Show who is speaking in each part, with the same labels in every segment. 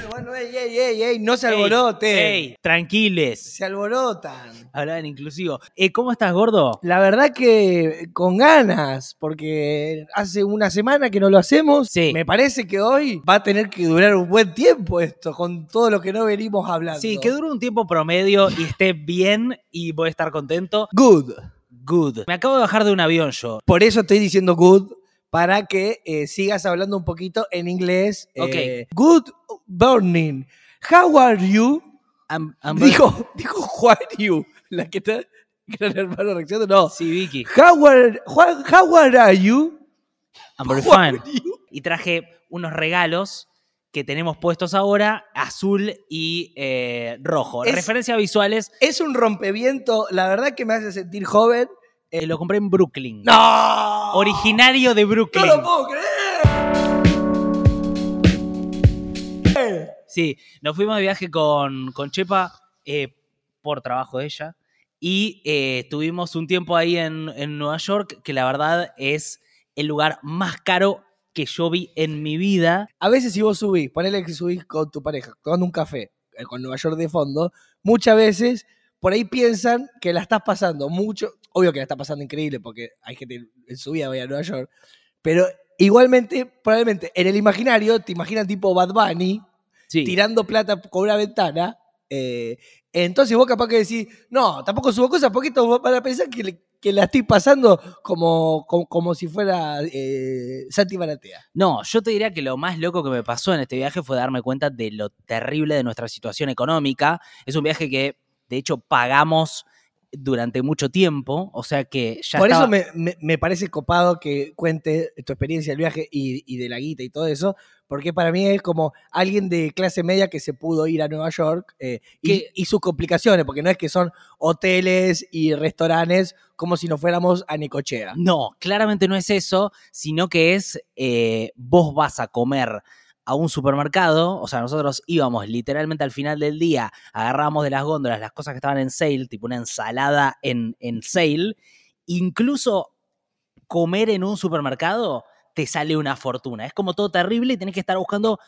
Speaker 1: no, no, ey, ey, ey, ey, no se alboroten.
Speaker 2: Ey, tranquiles.
Speaker 1: Se alborotan.
Speaker 2: Hablaban inclusivo. Eh, ¿Cómo estás, gordo?
Speaker 1: La verdad que con ganas, porque hace una semana que no lo hacemos.
Speaker 2: Sí.
Speaker 1: Me parece que hoy va a tener que durar un buen tiempo esto, con todo lo que no venimos hablando.
Speaker 2: Sí, que dure un tiempo promedio y esté bien y voy a estar contento.
Speaker 1: good.
Speaker 2: Good. Me acabo de bajar de un avión yo.
Speaker 1: Por eso estoy diciendo good, para que eh, sigas hablando un poquito en inglés. Eh, Good morning. How are you?
Speaker 2: Am- am-
Speaker 1: Dijo, dijo, how are you? La que está gran hermano reaccionando. No.
Speaker 2: Sí, Vicky.
Speaker 1: How are, how, how are you?
Speaker 2: I'm very
Speaker 1: How are
Speaker 2: fine.
Speaker 1: you?
Speaker 2: Y traje unos regalos que tenemos puestos ahora, azul y eh, rojo.
Speaker 1: Es-
Speaker 2: Referencias visuales,
Speaker 1: Es un rompeviento, la verdad que me hace sentir joven.
Speaker 2: eh, lo compré en Brooklyn.
Speaker 1: ¡No!
Speaker 2: Originario de
Speaker 1: ¡No
Speaker 2: Brooklyn.
Speaker 1: lo puedo creer!
Speaker 2: Sí, nos fuimos de viaje con, con Chepa eh, por trabajo de ella y eh, estuvimos un tiempo ahí en, en Nueva York, que la verdad es el lugar más caro que yo vi en mi vida.
Speaker 1: A veces si vos subís, ponele que subís con tu pareja, tomando un café, eh, con Nueva York de fondo, muchas veces por ahí piensan que la estás pasando mucho, obvio que la estás pasando increíble porque hay gente en su vida vaya a Nueva York, pero igualmente, probablemente en el imaginario te imaginan tipo Bad Bunny
Speaker 2: Sí.
Speaker 1: tirando plata con una ventana. eh, entonces vos capaz que decís, no, tampoco subo cosas porque esto va para pensar que, le- que la estoy pasando como, como, como si fuera eh, Santi Baratea.
Speaker 2: No, yo te diría que lo más loco que me pasó en este viaje fue darme cuenta de lo terrible de nuestra situación económica. Es un viaje que, de hecho, pagamos durante mucho tiempo, o sea que ya
Speaker 1: Por
Speaker 2: estaba-
Speaker 1: eso me, me- me parece copado que cuente tu experiencia del viaje y, y de la guita y todo eso, porque para mí es como alguien de clase media que se pudo ir a Nueva York eh, y,
Speaker 2: Que-
Speaker 1: y sus complicaciones, porque no es que son hoteles y restaurantes como si nos fuéramos a Necochea.
Speaker 2: No, claramente no es eso, sino que es eh, vos vas a comer a un supermercado, o sea, nosotros íbamos literalmente al final del día, agarrábamos de las góndolas las cosas que estaban en sale, tipo una ensalada en, en sale, incluso comer en un supermercado te sale una fortuna. Es como todo terrible y tenés que estar buscando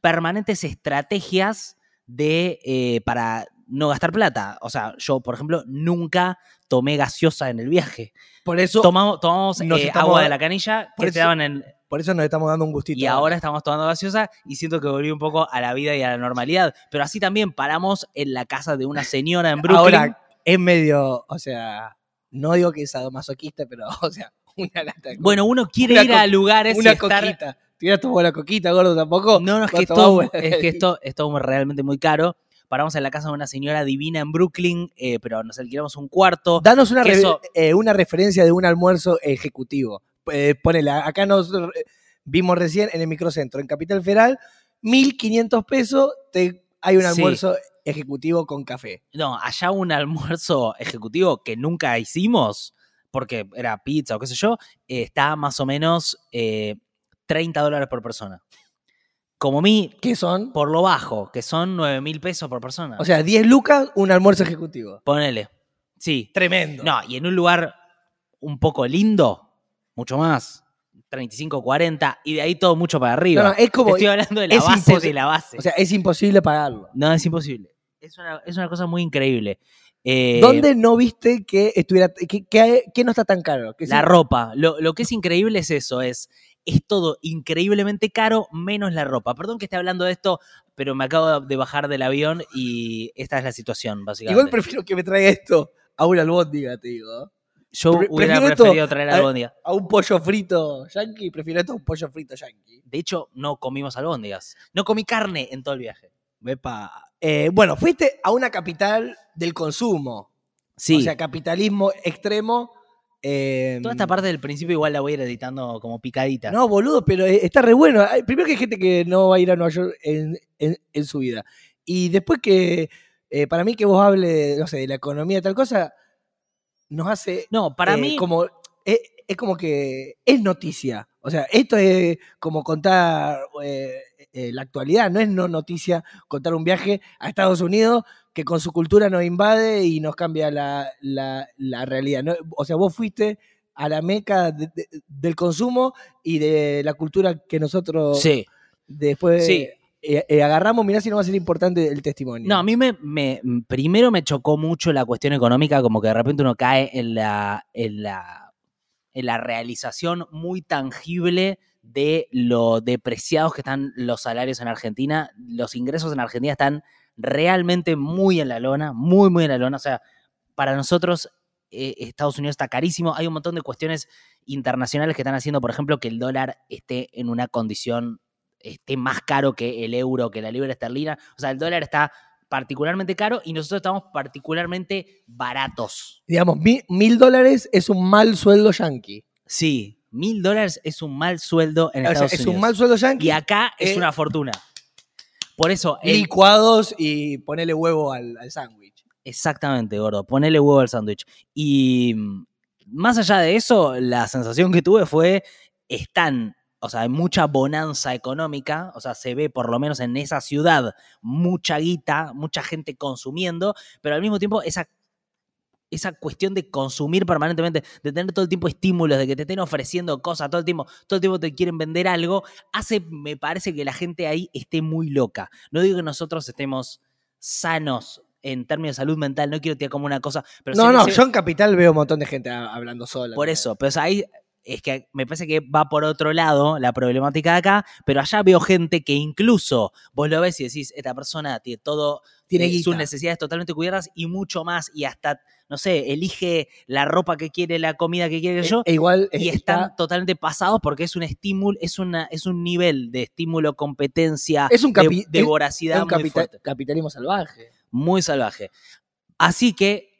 Speaker 2: permanentes estrategias de, eh, para no gastar plata. O sea, yo, por ejemplo, nunca tomé gaseosa en el viaje
Speaker 1: Por eso,
Speaker 2: tomamos, tomamos,
Speaker 1: Nos
Speaker 2: eh,
Speaker 1: estamos-
Speaker 2: agua de la canilla
Speaker 1: por
Speaker 2: que te
Speaker 1: eso-
Speaker 2: daban en-
Speaker 1: por eso nos estamos dando un gustito.
Speaker 2: y ahora estamos tomando gaseosa y siento que volví un poco a la vida y a la normalidad. Pero así también paramos en la casa de una señora en Brooklyn.
Speaker 1: Ahora, es medio, o sea, no digo que es sadomasoquista, pero, o sea, una lata. de coca.
Speaker 2: bueno, uno quiere
Speaker 1: Una
Speaker 2: ir a
Speaker 1: co-
Speaker 2: lugares y
Speaker 1: una
Speaker 2: estar-
Speaker 1: coquita. ¿Te hubieras tomado la coquita, gordo, tampoco?
Speaker 2: No, no, es que,
Speaker 1: Cuanto
Speaker 2: esto,
Speaker 1: más buena-
Speaker 2: es que esto, esto es realmente muy caro. Paramos en la casa de una señora divina en Brooklyn, eh, pero nos alquilamos un cuarto.
Speaker 1: Danos una,
Speaker 2: Que
Speaker 1: re-
Speaker 2: eso-
Speaker 1: eh, una referencia de un almuerzo ejecutivo. Eh, ponela, acá nosotros eh, vimos recién en el microcentro, en Capital Federal, 1.500 pesos, te, hay un
Speaker 2: Sí.
Speaker 1: almuerzo ejecutivo con café.
Speaker 2: No, allá un almuerzo ejecutivo que nunca hicimos, porque era pizza o qué sé yo, eh, está más o menos eh, 30 dólares por persona. Como mí,
Speaker 1: ¿Qué son?
Speaker 2: por lo bajo, que son 9 mil pesos por persona.
Speaker 1: O sea, 10 lucas, un almuerzo ejecutivo.
Speaker 2: ponele. Sí.
Speaker 1: Tremendo.
Speaker 2: No, y en un lugar un poco lindo, mucho más. 35, 40, y de ahí todo mucho para arriba.
Speaker 1: No, no, es como-
Speaker 2: Estoy hablando de la
Speaker 1: es
Speaker 2: base
Speaker 1: imposi-
Speaker 2: de la base.
Speaker 1: O sea, es imposible pagarlo.
Speaker 2: no, es imposible. Es una, es una cosa muy increíble. Eh,
Speaker 1: ¿Dónde no viste que estuviera, que, que- que no está tan caro? Que
Speaker 2: La
Speaker 1: sí-
Speaker 2: ropa. Lo, lo que es increíble es eso, es, es todo increíblemente caro menos la ropa. Perdón que esté hablando de esto, pero me acabo de bajar del avión y esta es la situación, básicamente.
Speaker 1: Igual prefiero que me traiga esto a una albóndiga, te digo.
Speaker 2: Yo
Speaker 1: pre-
Speaker 2: hubiera
Speaker 1: prefiero esto
Speaker 2: preferido traer
Speaker 1: a-
Speaker 2: albóndigas.
Speaker 1: A un pollo frito yankee, prefiero esto a un pollo frito yankee.
Speaker 2: De hecho, no comimos albóndigas. No comí carne en todo el viaje.
Speaker 1: Epa. Eh, bueno, fuiste a una capital del consumo.
Speaker 2: Sí.
Speaker 1: O sea, capitalismo extremo. eh,
Speaker 2: Toda esta parte del principio igual la voy a ir editando como picadita.
Speaker 1: No, boludo, pero eh, está re bueno. Ay, Primero que hay gente que no va a ir a Nueva York en, en- en su vida. Y después que, eh, para mí que vos hable, no sé, de la economía y tal cosa, nos hace
Speaker 2: No, para
Speaker 1: eh,
Speaker 2: mí...
Speaker 1: Como, es, es como que es noticia. O sea, esto es como contar eh, eh, la actualidad, no es no noticia contar un viaje a Estados Unidos que con su cultura nos invade y nos cambia la, la- la realidad. ¿no? O sea, vos fuiste a la meca de- de- del consumo y de la cultura que nosotros
Speaker 2: Sí.
Speaker 1: después
Speaker 2: Sí.
Speaker 1: eh, eh, agarramos, mirá si no va a ser importante el testimonio.
Speaker 2: No, a mí me, me- primero me chocó mucho la cuestión económica, como que de repente uno cae en la, en la, en la realización muy tangible de lo depreciados que están los salarios en Argentina. Los ingresos en Argentina están realmente muy en la lona, muy, muy en la lona. O sea, para nosotros eh, Estados Unidos está carísimo. Hay un montón de cuestiones internacionales que están haciendo, por ejemplo, que el dólar esté en una condición, esté más caro que el euro, que la libra esterlina. O sea, el dólar está particularmente caro y nosotros estamos particularmente baratos.
Speaker 1: Digamos, mi- mil dólares es un mal sueldo yankee.
Speaker 2: Sí, mil dólares es un mal sueldo en
Speaker 1: O sea,
Speaker 2: Estados
Speaker 1: es
Speaker 2: Unidos.
Speaker 1: un mal sueldo yankee.
Speaker 2: y acá es
Speaker 1: eh,
Speaker 2: una fortuna. Por eso, el-
Speaker 1: licuados y ponele huevo al, al sándwich.
Speaker 2: Exactamente, gordo. Ponele huevo al sándwich. Y mm, más allá de eso, la sensación que tuve fue, están, o sea, hay mucha bonanza económica, o sea, se ve por lo menos en esa ciudad mucha guita, mucha gente consumiendo, pero al mismo tiempo esa, esa cuestión de consumir permanentemente, de tener todo el tiempo estímulos, de que te estén ofreciendo cosas, todo el tiempo, todo el tiempo te quieren vender algo, hace, me parece que la gente ahí esté muy loca. No digo que nosotros estemos sanos en términos de salud mental, no quiero tirar como una cosa, pero sí
Speaker 1: no,
Speaker 2: que
Speaker 1: no,
Speaker 2: se-
Speaker 1: yo en Capital veo un montón de gente a- hablando sola.
Speaker 2: por eso, pero o sea, ahí es que me parece que va por otro lado la problemática de acá, pero allá veo gente que incluso vos lo ves y decís, esta persona tiene todo,
Speaker 1: Tiene
Speaker 2: eh, sus
Speaker 1: guita.
Speaker 2: necesidades totalmente cubiertas y mucho más, y hasta, no sé, elige la ropa que quiere, la comida que quiere
Speaker 1: E-
Speaker 2: yo.
Speaker 1: e igual
Speaker 2: y están totalmente pasados porque es un estímulo, es una, es un nivel de estímulo, competencia,
Speaker 1: Es un
Speaker 2: de-
Speaker 1: capi-
Speaker 2: de,
Speaker 1: es-
Speaker 2: voracidad
Speaker 1: es un
Speaker 2: muy
Speaker 1: capita-
Speaker 2: fuerte,
Speaker 1: capitalismo salvaje.
Speaker 2: muy salvaje. Así que,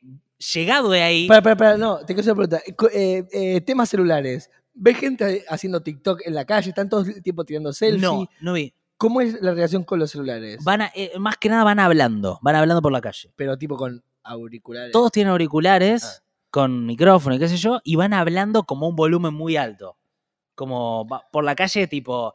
Speaker 2: llegado de ahí,
Speaker 1: Para, para, para, no, te quiero hacer una pregunta. Co- eh, eh, temas celulares. ¿Ves gente haciendo TikTok en la calle? ¿Están todo el tiempo tirando selfies?
Speaker 2: no, no vi.
Speaker 1: ¿Cómo es la relación con los celulares?
Speaker 2: Van a- eh, más que nada van hablando, van hablando por la calle.
Speaker 1: Pero tipo con auriculares.
Speaker 2: Todos tienen auriculares
Speaker 1: Ah.
Speaker 2: con micrófono y qué sé yo, y van hablando como un volumen muy alto. Como va- por la calle, tipo.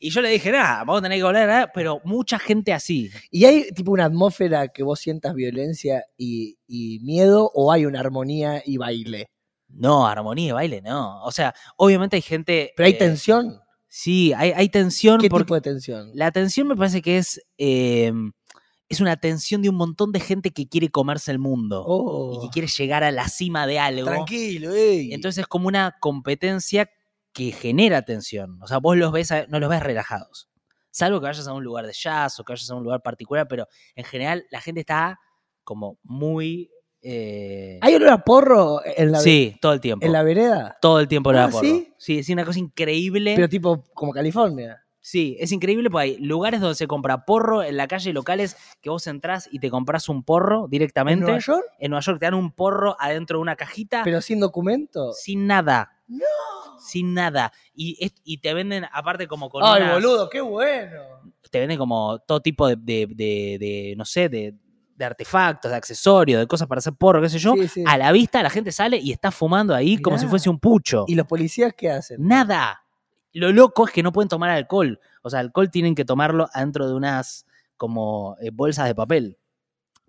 Speaker 2: Y yo le dije, nada, vamos a tener que volver, ¿eh?", pero mucha gente así.
Speaker 1: ¿Y hay tipo una atmósfera que vos sientas violencia y, y miedo o hay una armonía y baile?
Speaker 2: No, armonía y baile, no. O sea, obviamente hay gente.
Speaker 1: ¿Pero hay
Speaker 2: eh,
Speaker 1: tensión?
Speaker 2: Sí, hay, hay tensión
Speaker 1: ¿Qué
Speaker 2: porque.
Speaker 1: tipo de tensión?
Speaker 2: La tensión me parece que es. eh, es una tensión de un montón de gente que quiere comerse el mundo y
Speaker 1: Oh,
Speaker 2: que quiere llegar a la cima de algo.
Speaker 1: tranquilo, ey.
Speaker 2: Entonces es como una competencia que genera tensión. O sea, vos los ves, a- no los ves relajados. Salvo que vayas a un lugar de jazz o que vayas a un lugar particular, pero en general la gente está como muy... eh,
Speaker 1: ¿Hay olor a porro en la, ve-
Speaker 2: sí, todo el tiempo.
Speaker 1: en la vereda?
Speaker 2: Todo el tiempo la
Speaker 1: Ah, ¿sí?
Speaker 2: Sí, es una cosa increíble.
Speaker 1: Pero tipo como California.
Speaker 2: Sí, es increíble porque hay lugares donde se compra porro en la calle, locales que vos entrás y te compras un porro
Speaker 1: ¿En
Speaker 2: directamente.
Speaker 1: Nueva York?
Speaker 2: En Nueva York te dan un porro adentro de una cajita.
Speaker 1: ¿Pero sin documento?
Speaker 2: Sin nada. Sin nada. Y, es- y te venden, aparte, como con.
Speaker 1: ¡Ay,
Speaker 2: unas-
Speaker 1: boludo, qué bueno!
Speaker 2: Te venden como todo tipo de, de- de- de, no sé, de, de artefactos, de accesorios, de cosas para hacer porro, qué sé yo.
Speaker 1: Sí, sí.
Speaker 2: A la vista la gente sale y está fumando ahí como si
Speaker 1: Mirá.
Speaker 2: fuese un pucho.
Speaker 1: ¿Y los policías qué hacen?
Speaker 2: Nada. Lo loco es que no pueden tomar alcohol. O sea, alcohol tienen que tomarlo adentro de unas como eh, bolsas de papel.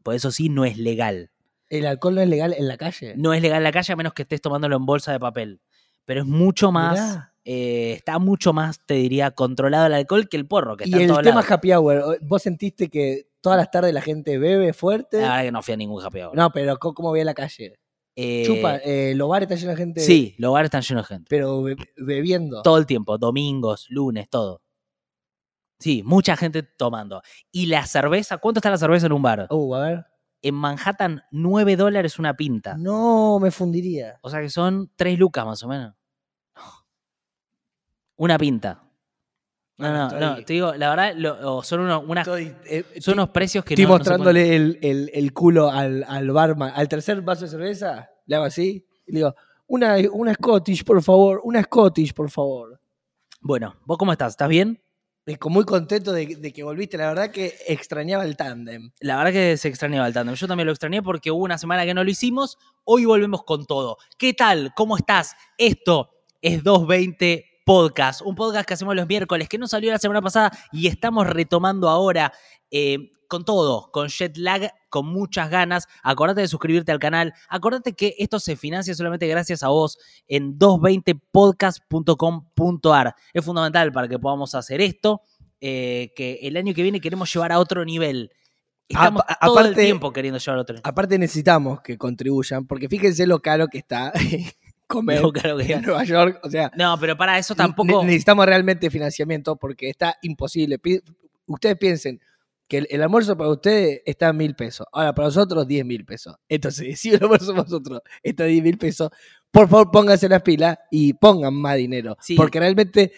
Speaker 2: Por eso sí, no es legal.
Speaker 1: ¿El alcohol no es legal en la calle?
Speaker 2: No es legal en la calle a menos que estés tomándolo en bolsa de papel. Pero es mucho más,
Speaker 1: Mirá.
Speaker 2: eh, está mucho más, te diría, controlado el alcohol que el porro, que
Speaker 1: Y
Speaker 2: está en
Speaker 1: el
Speaker 2: todos
Speaker 1: tema
Speaker 2: lados.
Speaker 1: happy hour, ¿vos sentiste que todas las tardes la gente bebe fuerte?
Speaker 2: La verdad que no fui a ningún happy hour.
Speaker 1: No, pero co- ¿cómo veía la calle?
Speaker 2: Eh,
Speaker 1: Chupa, eh, los bares están llenos de gente.
Speaker 2: Sí, los bares están llenos de gente.
Speaker 1: Pero be- bebiendo.
Speaker 2: Todo el tiempo, domingos, lunes, todo. Sí, mucha gente tomando. ¿Y la cerveza? ¿Cuánto está la cerveza en un bar?
Speaker 1: Uh, a ver.
Speaker 2: En Manhattan, 9 dólares una pinta.
Speaker 1: Mm. No, me fundiría.
Speaker 2: O sea que son 3 lucas más o menos. Una pinta. No, no, no,
Speaker 1: Estoy-
Speaker 2: te digo, la verdad, lo- o son, unos, unas-
Speaker 1: Estoy, eh,
Speaker 2: son
Speaker 1: estoy-
Speaker 2: unos precios que
Speaker 1: estoy
Speaker 2: no, no se
Speaker 1: mostrándole el, el- el culo al, al barman. Al tercer vaso de cerveza, le hago así. Y le digo, una, una Scottish, por favor. Una Scottish, por favor.
Speaker 2: pueden- Bueno, ¿vos cómo estás? ¿Estás bien?
Speaker 1: Y con- muy contento de, de que volviste. La verdad que extrañaba el tándem.
Speaker 2: La verdad que se extrañaba el tándem. Yo también lo extrañé porque hubo una semana que no lo hicimos. Hoy volvemos con todo. ¿Qué tal? ¿Cómo estás? Esto es 220 Podcast, un podcast que hacemos los miércoles, que no salió la semana pasada y estamos retomando ahora eh, con todo, con jet lag, con muchas ganas. Acordate de suscribirte al canal. Acordate que esto se financia solamente gracias a vos en 220podcast.com.ar. Es fundamental para que podamos hacer esto eh, que el año que viene queremos llevar a otro nivel.
Speaker 1: A-
Speaker 2: Estamos
Speaker 1: a-
Speaker 2: todo el
Speaker 1: aparte-
Speaker 2: tiempo queriendo llevar a otro nivel.
Speaker 1: Aparte necesitamos que contribuyan, porque fíjense lo caro que está comer
Speaker 2: No, claro que-
Speaker 1: en Nueva York. O sea,
Speaker 2: no, pero para eso
Speaker 1: Ne-
Speaker 2: tampoco.
Speaker 1: necesitamos realmente financiamiento porque está imposible. Pi- ustedes piensen que el, el almuerzo para ustedes está a mil pesos. Ahora, para nosotros, diez mil pesos. Entonces, si el almuerzo para nosotros está a diez mil pesos, por favor pónganse las pilas y pongan más dinero.
Speaker 2: Sí.
Speaker 1: Porque realmente,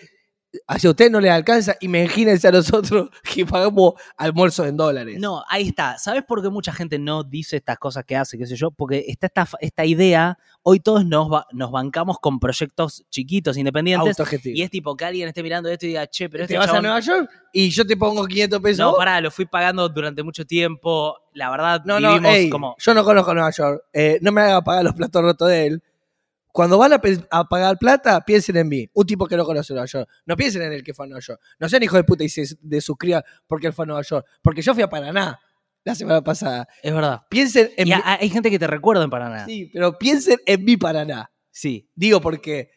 Speaker 1: hacia ustedes no les alcanza, imagínense a nosotros que pagamos almuerzos en dólares.
Speaker 2: No, ahí está. ¿Sabes por qué mucha gente no dice estas cosas que hace, qué sé yo? Porque está esta, esta idea, hoy todos nos, ba- nos bancamos con proyectos chiquitos, independientes,
Speaker 1: Autogestivo.
Speaker 2: y es tipo que alguien esté mirando esto y diga, che, pero este
Speaker 1: te vas a
Speaker 2: chabón-
Speaker 1: Nueva York y yo te pongo 500 pesos.
Speaker 2: No, pará, lo fui pagando durante mucho tiempo. La verdad,
Speaker 1: No, no,
Speaker 2: vivimos
Speaker 1: ey,
Speaker 2: como.
Speaker 1: yo no conozco Nueva York. Eh, no me haga pagar los platos rotos de él. Cuando van a, pe- a pagar plata, piensen en mí. Un tipo que no conoce Nueva York. No piensen en el que fue a Nueva York. No sean hijos de puta y se de sus crías porque él fue a Nueva York. Porque yo fui a Paraná la semana pasada.
Speaker 2: Es verdad.
Speaker 1: Piensen en
Speaker 2: Y
Speaker 1: mi...
Speaker 2: a- hay gente que te recuerda en Paraná.
Speaker 1: Sí, pero piensen en mi Paraná.
Speaker 2: sí.
Speaker 1: Digo porque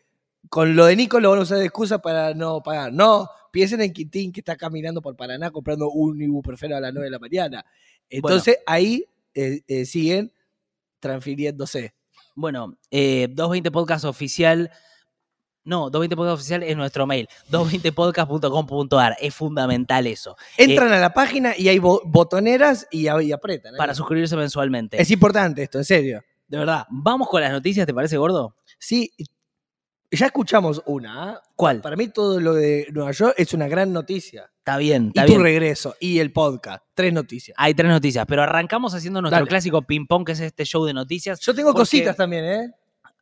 Speaker 1: con lo de Nico lo van a usar de excusa para no pagar. No, piensen en Quintín que está caminando por Paraná comprando un ibuprofeno a las 9 de la mañana. Entonces ahí eh, eh, siguen transfiriéndose.
Speaker 2: Bueno, eh, 220 Podcast Oficial. No, 220 Podcast Oficial es nuestro mail. 220podcast.com.ar. Es fundamental eso.
Speaker 1: Entran a la página y hay bo- botoneras y, a- y apretan. ¿eh?
Speaker 2: Eh, Para suscribirse mensualmente.
Speaker 1: es importante esto, en serio. De verdad.
Speaker 2: Vamos con las noticias, ¿te parece, gordo?
Speaker 1: Sí, ya escuchamos una. ¿ah?
Speaker 2: ¿Cuál?
Speaker 1: Para mí todo lo de Nueva York es una gran noticia.
Speaker 2: Está bien,
Speaker 1: Y
Speaker 2: está
Speaker 1: tu
Speaker 2: bien.
Speaker 1: regreso y el podcast. Tres noticias.
Speaker 2: Hay tres noticias, pero arrancamos haciendo nuestro
Speaker 1: Dale.
Speaker 2: clásico ping-pong, que es este show de noticias.
Speaker 1: Yo tengo
Speaker 2: Porque-
Speaker 1: cositas también, ¿eh?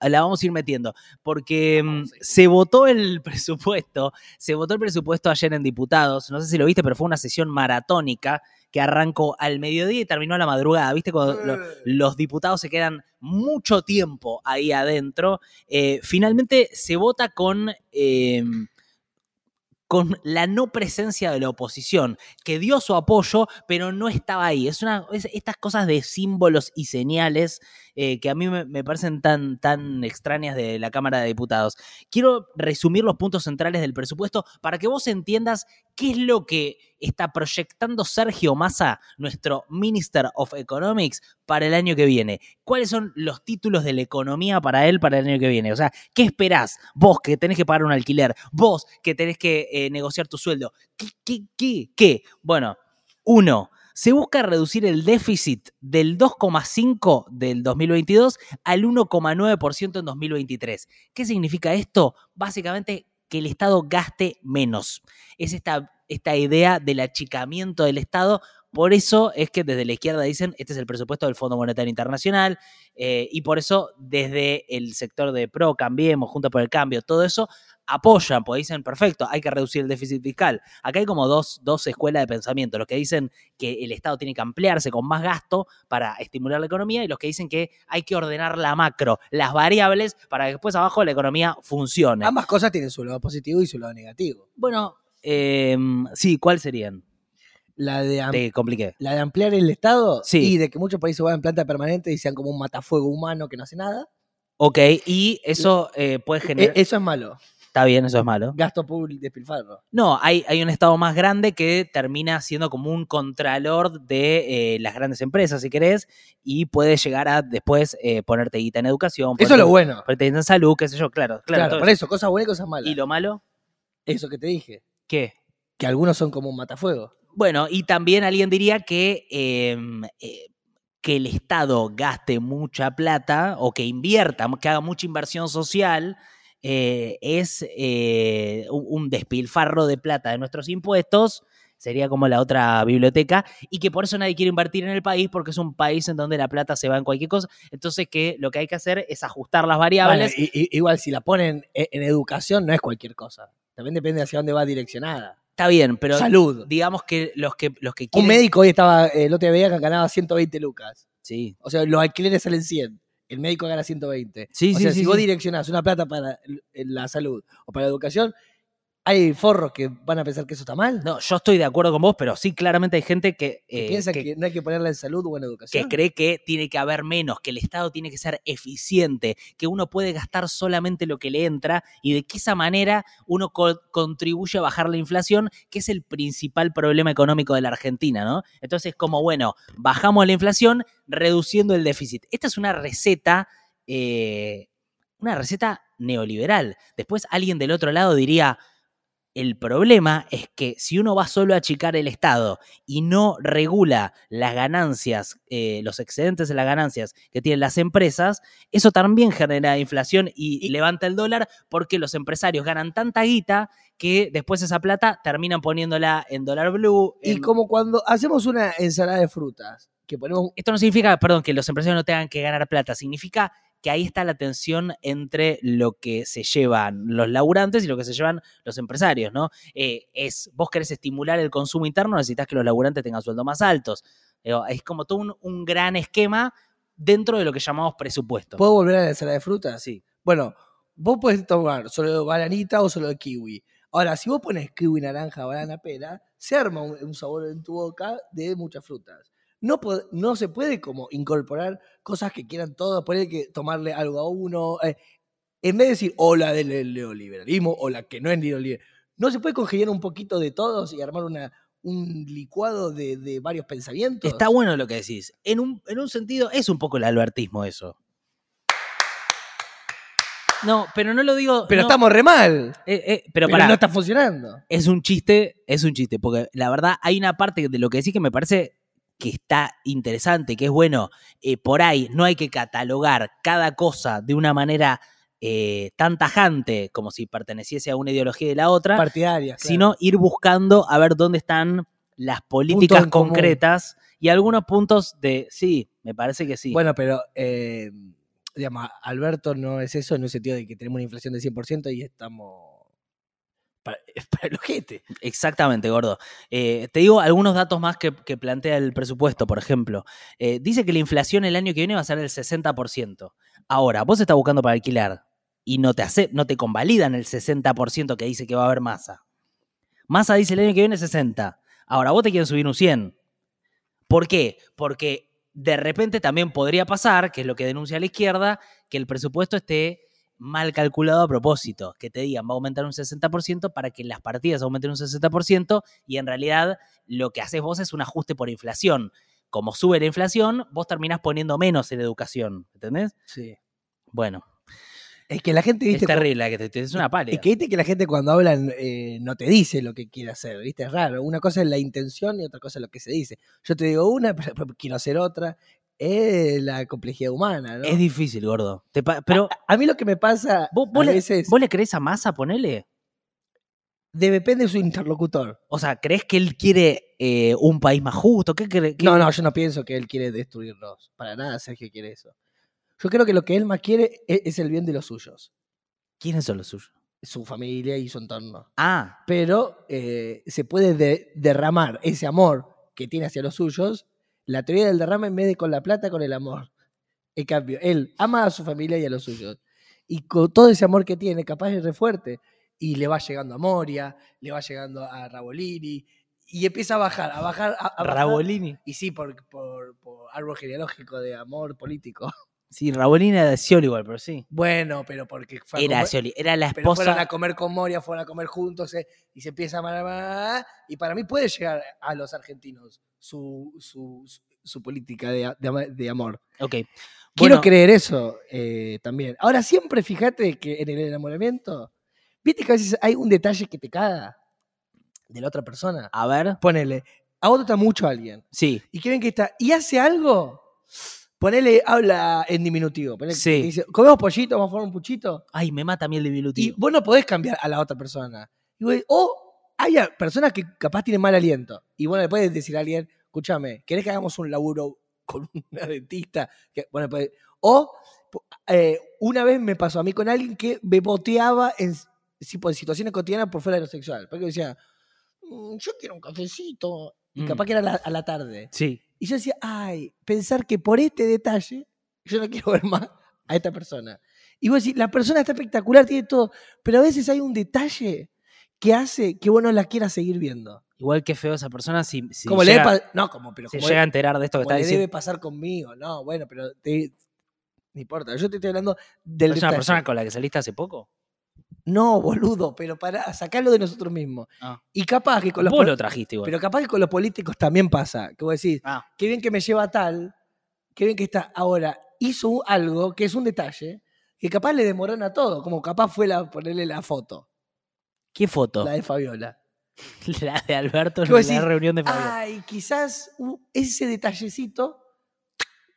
Speaker 2: la vamos a ir metiendo, porque mm,
Speaker 1: Vamos a ir.
Speaker 2: se votó el presupuesto, se votó el presupuesto ayer en diputados, no sé si lo viste, pero fue una sesión maratónica que arrancó al mediodía y terminó a la madrugada, ¿viste? Cuando lo- los diputados se quedan mucho tiempo ahí adentro, Eh, finalmente se vota con... eh, con la no presencia de la oposición, que dio su apoyo, pero no estaba ahí. Es una, es estas cosas de símbolos y señales eh, que a mí me, me parecen tan, tan extrañas de la Cámara de Diputados. Quiero resumir los puntos centrales del presupuesto para que vos entiendas qué es lo que está proyectando Sergio Massa, nuestro Minister of Economics, para el año que viene. ¿Cuáles son los títulos de la economía para él para el año que viene? O sea, ¿qué esperás? Vos que tenés que pagar un alquiler, vos que tenés que eh, negociar tu sueldo. ¿Qué, qué, qué, qué? Bueno, uno, se busca reducir el déficit del 2,5 del 2022 al 1,9% en 2023. ¿Qué significa esto? Básicamente que el Estado gaste menos. Es esta, esta idea del achicamiento del Estado. Por eso es que desde la izquierda dicen, este es el presupuesto del Fondo Monetario Internacional, eh, y por eso desde el sector de PRO, Cambiemos, Junta por el Cambio, todo eso, apoyan, porque dicen, perfecto, hay que reducir el déficit fiscal. Acá hay como dos, dos escuelas de pensamiento, los que dicen que el Estado tiene que ampliarse con más gasto para estimular la economía y los que dicen que hay que ordenar la macro, las variables, para que después abajo la economía funcione.
Speaker 1: Ambas cosas tienen su lado positivo y su lado negativo.
Speaker 2: Bueno, em, sí, ¿cuál serían?
Speaker 1: La de, am-
Speaker 2: Te compliqué.
Speaker 1: la de ampliar el Estado
Speaker 2: Sí.
Speaker 1: y de que muchos países vayan en planta permanente y sean como un matafuego humano que no hace nada.
Speaker 2: Ok, y eso eh, puede
Speaker 1: E-
Speaker 2: generar...
Speaker 1: eso es malo.
Speaker 2: Está bien, eso es malo.
Speaker 1: Gasto público despilfarro.
Speaker 2: No, hay, hay un Estado más grande que termina siendo como un contralor de eh, las grandes empresas, si querés, y puede llegar a después eh, ponerte guita en educación.
Speaker 1: Eso
Speaker 2: ponerte-
Speaker 1: es lo bueno.
Speaker 2: Ponerte guita en salud, qué sé yo, claro. Claro,
Speaker 1: Claro,
Speaker 2: todo
Speaker 1: por
Speaker 2: eso.
Speaker 1: eso, cosas buenas y cosas malas.
Speaker 2: ¿Y lo malo?
Speaker 1: Eso que te dije.
Speaker 2: ¿Qué?
Speaker 1: Que algunos son como un matafuego.
Speaker 2: Bueno, y también alguien diría que, em, eh, que el Estado gaste mucha plata o que invierta, que haga mucha inversión social, eh, es eh, un- un despilfarro de plata de nuestros impuestos, sería como la otra biblioteca, y que por eso nadie quiere invertir en el país porque es un país en donde la plata se va en cualquier cosa. Entonces que lo que hay que hacer es ajustar las
Speaker 1: Bueno,
Speaker 2: variables.
Speaker 1: i- i- igual, si la ponen e- en, educación, no es cualquier cosa. También depende hacia dónde va direccionada.
Speaker 2: Está bien, pero
Speaker 1: Salud.
Speaker 2: digamos que los que, los que
Speaker 1: Un
Speaker 2: quieren...
Speaker 1: médico hoy estaba, eh, el otro día veía que ganaba 120 lucas.
Speaker 2: Sí.
Speaker 1: O sea, los alquileres salen 100. El médico gana 120.
Speaker 2: Sí,
Speaker 1: o
Speaker 2: sí,
Speaker 1: sea,
Speaker 2: sí,
Speaker 1: si vos
Speaker 2: sí.
Speaker 1: direccionás una plata para el- la salud o para la educación, hay forros que van a pensar que eso está mal.
Speaker 2: No, yo estoy de acuerdo con vos, pero sí, claramente hay gente que,
Speaker 1: que
Speaker 2: eh,
Speaker 1: piensa
Speaker 2: que-
Speaker 1: que, no hay que ponerla en salud o en
Speaker 2: que
Speaker 1: educación.
Speaker 2: cree que tiene que haber menos, que el Estado tiene que ser eficiente, que uno puede gastar solamente lo que le entra y de que esa manera uno co- contribuye a bajar la inflación, que es el principal problema económico de la Argentina, ¿no? Entonces, como bueno, bajamos la inflación reduciendo el déficit. Esta es una receta, eh, una receta neoliberal. Después alguien del otro lado diría... El problema es que si uno va solo a achicar el Estado y no regula las ganancias, eh, los excedentes de las ganancias que tienen las empresas, eso también genera inflación y, levanta el dólar porque los empresarios ganan tanta guita que después esa plata terminan poniéndola en dólar blue.
Speaker 1: Y
Speaker 2: en-
Speaker 1: como cuando hacemos una ensalada de frutas, que ponemos
Speaker 2: Esto no significa, perdón, que los empresarios no tengan que ganar plata, significa que ahí está la tensión entre lo que se llevan los laburantes y lo que se llevan los empresarios, ¿no? Eh, es, vos querés estimular el consumo interno, necesitas que los laburantes tengan sueldos más altos. Digo, es como todo un, un gran esquema dentro de lo que llamamos presupuesto.
Speaker 1: ¿Puedo volver a la ensalada de frutas?
Speaker 2: Sí.
Speaker 1: Bueno, vos podés tomar solo de bananita o solo de kiwi. Ahora, si vos pones kiwi, naranja, banana, pera, se arma un, un sabor en tu boca de muchas frutas. No, po- no se puede como incorporar cosas que quieran todos, poner que tomarle algo a uno. eh, en vez de decir, o la del del neoliberalismo, o la que no es neoliberalismo. No se puede congeniar un poquito de todos y armar una, un licuado de, de varios pensamientos.
Speaker 2: Está bueno lo que decís. En un, en un sentido, es un poco el albertismo eso. No, pero no lo digo.
Speaker 1: pero
Speaker 2: no,
Speaker 1: estamos re mal.
Speaker 2: eh, eh, pero
Speaker 1: Pero,
Speaker 2: pará.
Speaker 1: no está funcionando.
Speaker 2: es un chiste, es un chiste, porque la verdad hay una parte de lo que decís que me parece que está interesante, que es bueno, eh, por ahí no hay que catalogar cada cosa de una manera eh, tan tajante como si perteneciese a una ideología de la otra,
Speaker 1: Partidarias. claro.
Speaker 2: sino ir buscando a ver dónde están las políticas
Speaker 1: en común.
Speaker 2: concretas y algunos puntos de, sí, me parece que sí.
Speaker 1: Bueno, pero eh, digamos, Alberto no es eso en un sentido de que tenemos una inflación del 100% y estamos para, para el ojete.
Speaker 2: Exactamente, gordo. Eh, te digo algunos datos más que, que plantea el presupuesto, por ejemplo. Eh, dice que la inflación el año que viene va a ser del 60%. Ahora, vos estás buscando para alquilar y no te, acep- no te convalidan el 60% que dice que va a haber masa. Masa dice el año que viene 60. Ahora, vos te quieren subir un 100. ¿Por qué? Porque de repente también podría pasar, que es lo que denuncia la izquierda, que el presupuesto esté mal calculado a propósito, que te digan va a aumentar un 60% para que las partidas aumenten un 60% y en realidad lo que haces vos es un ajuste por inflación. Como sube la inflación, vos terminás poniendo menos en educación, ¿entendés?
Speaker 1: Sí.
Speaker 2: Bueno,
Speaker 1: Es que la gente,
Speaker 2: es
Speaker 1: viste, cu-
Speaker 2: terrible, la que te, te- es una pálida.
Speaker 1: es que viste que la gente cuando habla eh, no te dice lo que quiere hacer, viste, es raro. Una cosa es la intención y otra cosa es lo que se dice. Yo te digo una, pero después quiero hacer otra. Es la complejidad humana, ¿no?
Speaker 2: Es difícil, gordo. Te pa- pero
Speaker 1: a mí lo que me pasa
Speaker 2: vos, vos
Speaker 1: a
Speaker 2: le,
Speaker 1: veces
Speaker 2: vos le crees a masa, ponele.
Speaker 1: de- depende de su interlocutor.
Speaker 2: O sea, ¿crees que él quiere eh, un país más justo? ¿Qué, cre- qué-
Speaker 1: No, no, yo no pienso que él quiere destruirnos. Para nada Sergio quiere eso. Yo creo que lo que él más quiere e- es, el bien de los suyos,
Speaker 2: ¿Quiénes son los suyos?
Speaker 1: su familia y su entorno.
Speaker 2: Ah,
Speaker 1: Pero eh, se puede de- derramar ese amor que tiene hacia los suyos, la teoría del derrame en vez de con la plata, con el amor. En cambio, él ama a su familia y a los suyos. Y con todo ese amor que tiene, capaz es re fuerte. Y le va llegando a Moria, le va llegando a Rabolini, y empieza a bajar, a bajar, a, a bajar.
Speaker 2: Rabolini.
Speaker 1: Y sí, por, por, por árbol genealógico de amor político.
Speaker 2: Sí, Rabolini era de Scioli igual, pero sí.
Speaker 1: Bueno, pero porque fue a
Speaker 2: Era
Speaker 1: comer-
Speaker 2: Scioli, era la
Speaker 1: pero fueron
Speaker 2: esposa.
Speaker 1: a comer con Moria, fueron a comer juntos eh, y se empieza a amar, amar, amar, Y para mí puede llegar a los argentinos su, su, su- su política de, a- de ama- de amor.
Speaker 2: Ok.
Speaker 1: Quiero
Speaker 2: Bueno,
Speaker 1: creer eso eh, también. Ahora, siempre fíjate que en el enamoramiento, viste que a veces hay un detalle que te caga de la otra persona.
Speaker 2: A ver.
Speaker 1: Ponele, a vos te gusta mucho alguien.
Speaker 2: Sí.
Speaker 1: y que ven que está y hace algo, ponele, habla en diminutivo. Ponele,
Speaker 2: Sí.
Speaker 1: te dice, comemos pollito, vamos a formar un puchito.
Speaker 2: Ay, me mata a mí el
Speaker 1: Y
Speaker 2: diminutivo.
Speaker 1: vos no podés cambiar a la otra persona. Y vos- o hay a- personas que capaz tienen mal aliento. Y bueno, le puedes decir a alguien, escúchame, ¿querés que hagamos un laburo con una dentista? Que, bueno, podés- o po- eh, una vez me pasó a mí con alguien que me boteaba en, s- tipo, en situaciones cotidianas por fuera de lo sexual. Porque decía, "Mm, yo quiero un cafecito. Y
Speaker 2: Mm.
Speaker 1: capaz que era a la- a la tarde.
Speaker 2: Sí.
Speaker 1: Y yo decía, ay, pensar que por este detalle yo no quiero ver más a esta persona. Y vos decís, la persona está espectacular, tiene todo, pero a veces hay un detalle que hace que bueno la quiera seguir viendo.
Speaker 2: Igual que feo esa persona si, si
Speaker 1: como
Speaker 2: llega,
Speaker 1: le debe pa- no, como, pero
Speaker 2: se
Speaker 1: como
Speaker 2: llega a
Speaker 1: le,
Speaker 2: enterar de esto que
Speaker 1: como
Speaker 2: está
Speaker 1: le
Speaker 2: diciendo.
Speaker 1: debe pasar conmigo. No, bueno, pero te- no importa. Yo te estoy hablando del
Speaker 2: ¿Es una
Speaker 1: detalle.
Speaker 2: persona con la que saliste hace poco?
Speaker 1: No, boludo, pero para sacarlo de nosotros mismos.
Speaker 2: Ah.
Speaker 1: Y capaz que con los
Speaker 2: Vos
Speaker 1: po-
Speaker 2: lo trajiste igual.
Speaker 1: pero capaz que con los políticos también pasa. Que vos decís,
Speaker 2: Ah,
Speaker 1: qué bien que me lleva a tal, qué bien que está. Ahora, hizo un- algo que es un detalle que capaz le demorona todo, como capaz fue la, ponerle la foto,
Speaker 2: ¿Qué foto?
Speaker 1: la
Speaker 2: La,
Speaker 1: de Fabiola.
Speaker 2: de Alberto en
Speaker 1: ¿Qué
Speaker 2: la
Speaker 1: vos decís? Ah.
Speaker 2: reunión de Fabio.
Speaker 1: Ay, quizás u- ese detallecito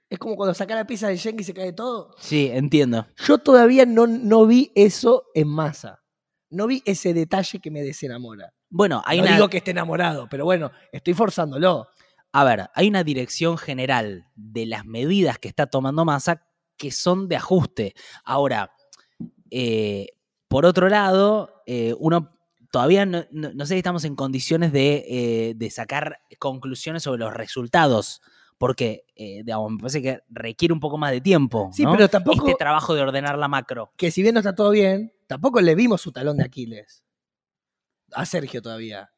Speaker 1: es como cuando saca la pieza de Schengen y se cae todo.
Speaker 2: Sí, entiendo.
Speaker 1: Yo todavía no, no vi eso en masa. No vi ese detalle que me desenamora.
Speaker 2: Bueno, hay
Speaker 1: no
Speaker 2: una.
Speaker 1: digo que esté enamorado, pero bueno, estoy forzándolo.
Speaker 2: A ver, hay una dirección general de las medidas que está tomando Massa que son de ajuste. Ahora, eh, por otro lado, eh, uno todavía no, no- no sé si estamos en condiciones de, eh, de sacar conclusiones sobre los resultados, porque, eh, digamos, me parece que requiere un poco más de tiempo.
Speaker 1: Sí,
Speaker 2: ¿no?
Speaker 1: pero tampoco
Speaker 2: Este trabajo de ordenar la macro.
Speaker 1: que si bien no está todo bien, tampoco le vimos su talón de Aquiles. A Sergio todavía.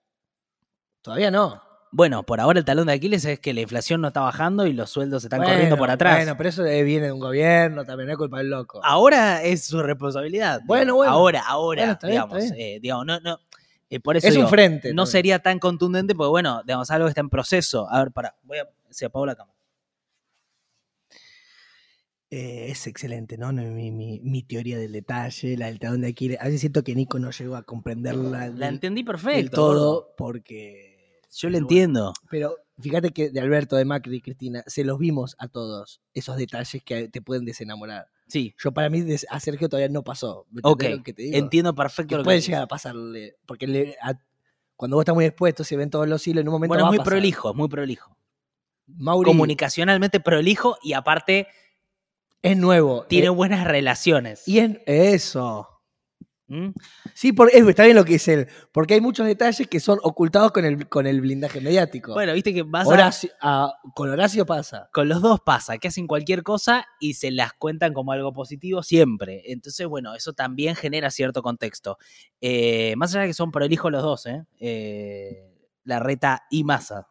Speaker 1: Todavía no.
Speaker 2: Bueno, por ahora el talón de Aquiles es que la inflación no está bajando y los sueldos se están
Speaker 1: Bueno,
Speaker 2: corriendo por atrás. Ah,
Speaker 1: Bueno, pero eso eh, viene de un gobierno, también no es culpa del loco.
Speaker 2: Ahora es su responsabilidad.
Speaker 1: Bueno,
Speaker 2: digamos.
Speaker 1: bueno.
Speaker 2: Ahora, ahora,
Speaker 1: Bueno, está bien,
Speaker 2: digamos.
Speaker 1: está
Speaker 2: eh, digamos, no, no. eh, por eso
Speaker 1: es
Speaker 2: digo,
Speaker 1: un frente.
Speaker 2: no
Speaker 1: también.
Speaker 2: sería tan contundente, porque bueno, digamos, algo que está en proceso. A ver, para, voy a. Se apagó la cámara.
Speaker 1: Eh, es excelente, ¿no? No, Mi, mi- mi teoría del detalle, la del talón de Aquiles. A veces siento que Nico no llegó a comprenderla
Speaker 2: La
Speaker 1: del,
Speaker 2: entendí
Speaker 1: del
Speaker 2: perfecto. gordo.
Speaker 1: todo porque...
Speaker 2: Yo la
Speaker 1: Pero bueno.
Speaker 2: entiendo.
Speaker 1: Pero fíjate que de Alberto, de Macri y Cristina, se los vimos a todos, esos detalles que te pueden desenamorar.
Speaker 2: Sí,
Speaker 1: Yo para mí des- a Sergio todavía no pasó. ¿me
Speaker 2: Ok,
Speaker 1: entendés lo que te digo?
Speaker 2: entiendo perfecto
Speaker 1: Que
Speaker 2: lo que
Speaker 1: puede
Speaker 2: decís.
Speaker 1: llegar a pasarle. Porque le- a- cuando vos estás muy expuesto, se ven todos los hilos, en un momento
Speaker 2: Bueno, es
Speaker 1: va a
Speaker 2: muy
Speaker 1: pasar.
Speaker 2: prolijo, es muy prolijo.
Speaker 1: Mauri
Speaker 2: Comunicacionalmente prolijo y aparte
Speaker 1: es nuevo.
Speaker 2: tiene
Speaker 1: eh,
Speaker 2: buenas relaciones.
Speaker 1: y es eso.
Speaker 2: ¿Mm?
Speaker 1: Sí, por, es- está bien lo que dice él. Porque hay muchos detalles que son ocultados con el, con el blindaje mediático.
Speaker 2: Bueno, viste que vas a-
Speaker 1: Horacio- a- con Horacio pasa.
Speaker 2: con los dos pasa, que hacen cualquier cosa y se las cuentan como algo positivo siempre. Entonces, bueno, eso también genera cierto contexto. Eh, más allá de que son prolijos los dos, ¿eh? Eh, la reta y masa,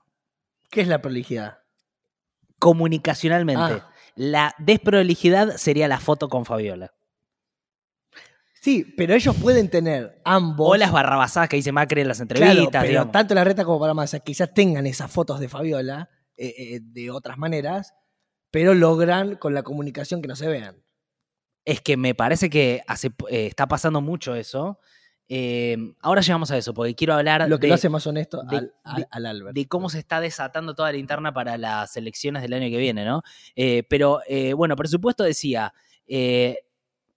Speaker 1: ¿Qué es la prolijidad?
Speaker 2: comunicacionalmente.
Speaker 1: Ah,
Speaker 2: La desprolijidad sería la foto con Fabiola.
Speaker 1: sí, pero ellos pueden tener ambos.
Speaker 2: O las barrabasadas que dice Macri en las
Speaker 1: Claro,
Speaker 2: entrevistas.
Speaker 1: pero
Speaker 2: digamos.
Speaker 1: tanto la reta como para Massa quizás tengan esas fotos de Fabiola eh, eh, de otras maneras, pero logran con la comunicación que no se vean.
Speaker 2: Es que me parece que hace, po- eh, está pasando mucho eso. Eh, ahora llegamos a eso, porque quiero hablar
Speaker 1: Lo que
Speaker 2: de,
Speaker 1: lo hace más honesto
Speaker 2: de-
Speaker 1: al, al,
Speaker 2: de-
Speaker 1: al Albert.
Speaker 2: de cómo se está desatando toda la interna para las elecciones del año que viene, ¿no? Eh, pero eh, bueno, presupuesto decía eh,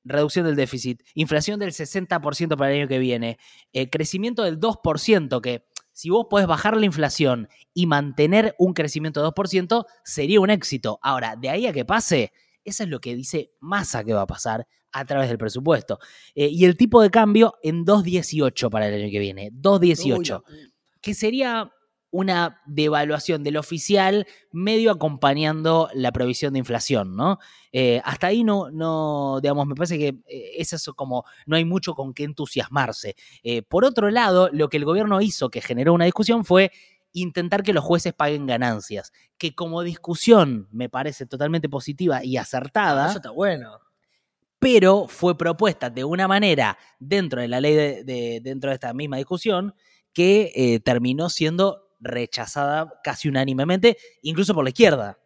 Speaker 2: reducción del déficit, inflación del 60% para el año que viene, eh, crecimiento del 2%, que si vos podés bajar la inflación y mantener un crecimiento del 2%, sería un éxito. Ahora, de ahí a que pase, eso es lo que dice Massa que va a pasar a través del presupuesto. Eh, y el tipo de cambio en 2.18 para el año que viene, 2.18
Speaker 1: Uy, no.
Speaker 2: que sería una devaluación del oficial medio acompañando la provisión de inflación, ¿no? Eh, hasta ahí no, no, digamos, me parece que eh, es eso como, no hay mucho con qué entusiasmarse. Eh, por otro lado, lo que el gobierno hizo que generó una discusión fue intentar que los jueces paguen ganancias, que como discusión me parece totalmente positiva y acertada
Speaker 1: Ah, Eso está bueno.
Speaker 2: pero fue propuesta de una manera dentro de la ley, de, de- dentro de esta misma discusión, que eh, terminó siendo rechazada casi unánimemente, incluso por la izquierda.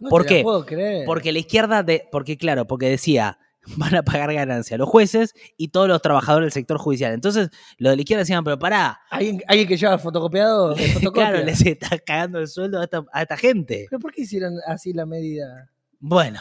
Speaker 1: No
Speaker 2: ¿Por
Speaker 1: te la
Speaker 2: qué?
Speaker 1: puedo creer.
Speaker 2: Porque la izquierda, de, porque claro, porque decía, van a pagar ganancia los jueces y todos los trabajadores del sector judicial. Entonces, los de la izquierda decían, pero pará,
Speaker 1: ¿Alguien, alguien que lleva fotocopiado? de fotocopia?
Speaker 2: claro, les está cagando el sueldo a esta, a esta gente.
Speaker 1: ¿Pero por qué hicieron así la medida?
Speaker 2: Bueno,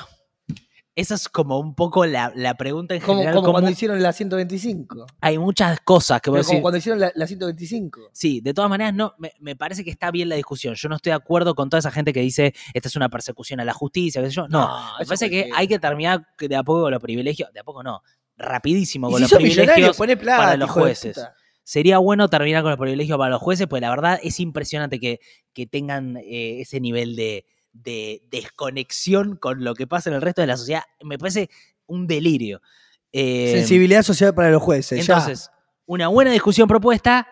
Speaker 2: esa es como un poco la, la pregunta en
Speaker 1: Como,
Speaker 2: general.
Speaker 1: como
Speaker 2: como
Speaker 1: cuando hicieron la 125.
Speaker 2: hay muchas cosas que
Speaker 1: Pero
Speaker 2: voy a
Speaker 1: como
Speaker 2: decir.
Speaker 1: cuando hicieron la, la 125.
Speaker 2: Sí, de todas maneras, no, me, me parece que está bien la discusión. Yo no estoy de acuerdo con toda esa gente que dice esta es una persecución a la justicia, qué sé yo. No, me
Speaker 1: Ah, eso
Speaker 2: parece que
Speaker 1: cualquiera.
Speaker 2: hay que terminar de a poco con los privilegios. De a poco no, rapidísimo
Speaker 1: Y
Speaker 2: con
Speaker 1: si pues-
Speaker 2: los
Speaker 1: sos millonario,
Speaker 2: privilegios.
Speaker 1: poné plata,
Speaker 2: para los
Speaker 1: hijo de
Speaker 2: jueces.
Speaker 1: puta.
Speaker 2: Sería bueno terminar con los privilegios para los jueces, porque la verdad es impresionante que, que tengan eh, ese nivel de, de desconexión con lo que pasa en el resto de la sociedad. Me parece un delirio. Eh,
Speaker 1: Sensibilidad social para los jueces. ya.
Speaker 2: entonces, una buena discusión propuesta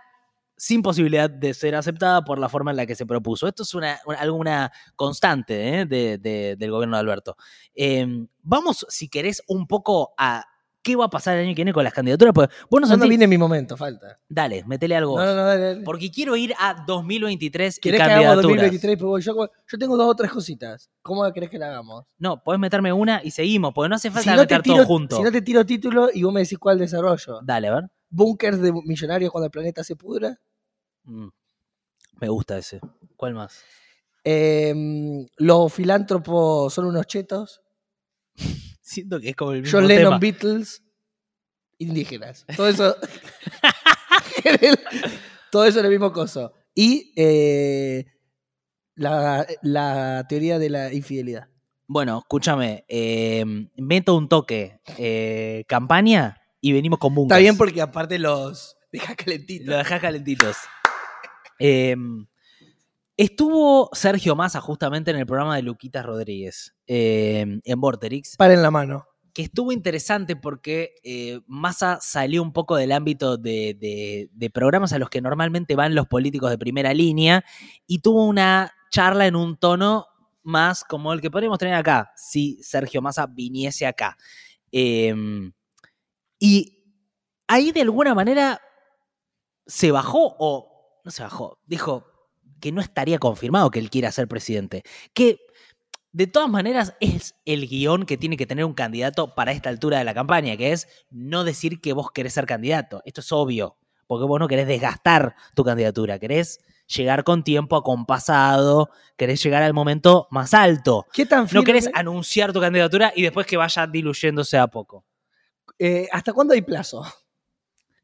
Speaker 2: sin posibilidad de ser aceptada por la forma en la que se propuso. Esto es una, una- algo- una constante ¿eh? de- de- del gobierno de Alberto. Eh, vamos, si querés, un poco a qué va a pasar el año que viene con las candidaturas. Porque vos no
Speaker 1: No, no
Speaker 2: sentís-
Speaker 1: viene mi momento, falta.
Speaker 2: Dale, metele algo.
Speaker 1: No,
Speaker 2: vos.
Speaker 1: no, no, dale, dale.
Speaker 2: Porque quiero ir a 2023 y
Speaker 1: ¿Querés que hagamos
Speaker 2: candidaturas.
Speaker 1: 2023? Pero Pues yo, yo tengo dos o tres cositas. ¿Cómo querés que la hagamos?
Speaker 2: No, podés meterme una y seguimos, porque no hace falta
Speaker 1: no, te
Speaker 2: meter
Speaker 1: tiro,
Speaker 2: todo junto.
Speaker 1: si no te tiro título y vos me decís cuál desarrollo.
Speaker 2: Dale, a ver.
Speaker 1: Bunkers de millonarios cuando el planeta se pudra.
Speaker 2: Mm. Me gusta ese. ¿Cuál más?
Speaker 1: Em, los filántropos son unos chetos.
Speaker 2: Siento que es como el mismo
Speaker 1: John
Speaker 2: tema.
Speaker 1: Lennon, Beatles, indígenas. Todo eso. todo eso es el mismo coso. Y eh, la, la teoría de la infidelidad.
Speaker 2: Bueno, escúchame. eh, meto un toque. eh, campaña y venimos con bunkers.
Speaker 1: Está bien porque aparte los deja calentitos.
Speaker 2: Lo dejás calentitos. Eh, estuvo Sergio Massa justamente en el programa de Luquitas Rodríguez eh, en Vorterix.
Speaker 1: Paren la mano.
Speaker 2: que estuvo interesante porque eh, Massa salió un poco del ámbito de, de- de programas a los que normalmente van los políticos de primera línea y tuvo una charla en un tono más como el que podríamos tener acá, si Sergio Massa viniese acá. Eh, y ahí de alguna manera se bajó o no se bajó, dijo que no estaría confirmado que él quiera ser presidente, que de todas maneras es el guión que tiene que tener un candidato para esta altura de la campaña, que es no decir que vos querés ser candidato, esto es obvio, porque vos no querés desgastar tu candidatura, querés llegar con tiempo acompasado, querés llegar al momento más alto.
Speaker 1: ¿Qué tan
Speaker 2: No
Speaker 1: firme-
Speaker 2: querés anunciar tu candidatura y después que vaya diluyéndose a poco.
Speaker 1: eh, ¿Hasta cuándo hay plazo?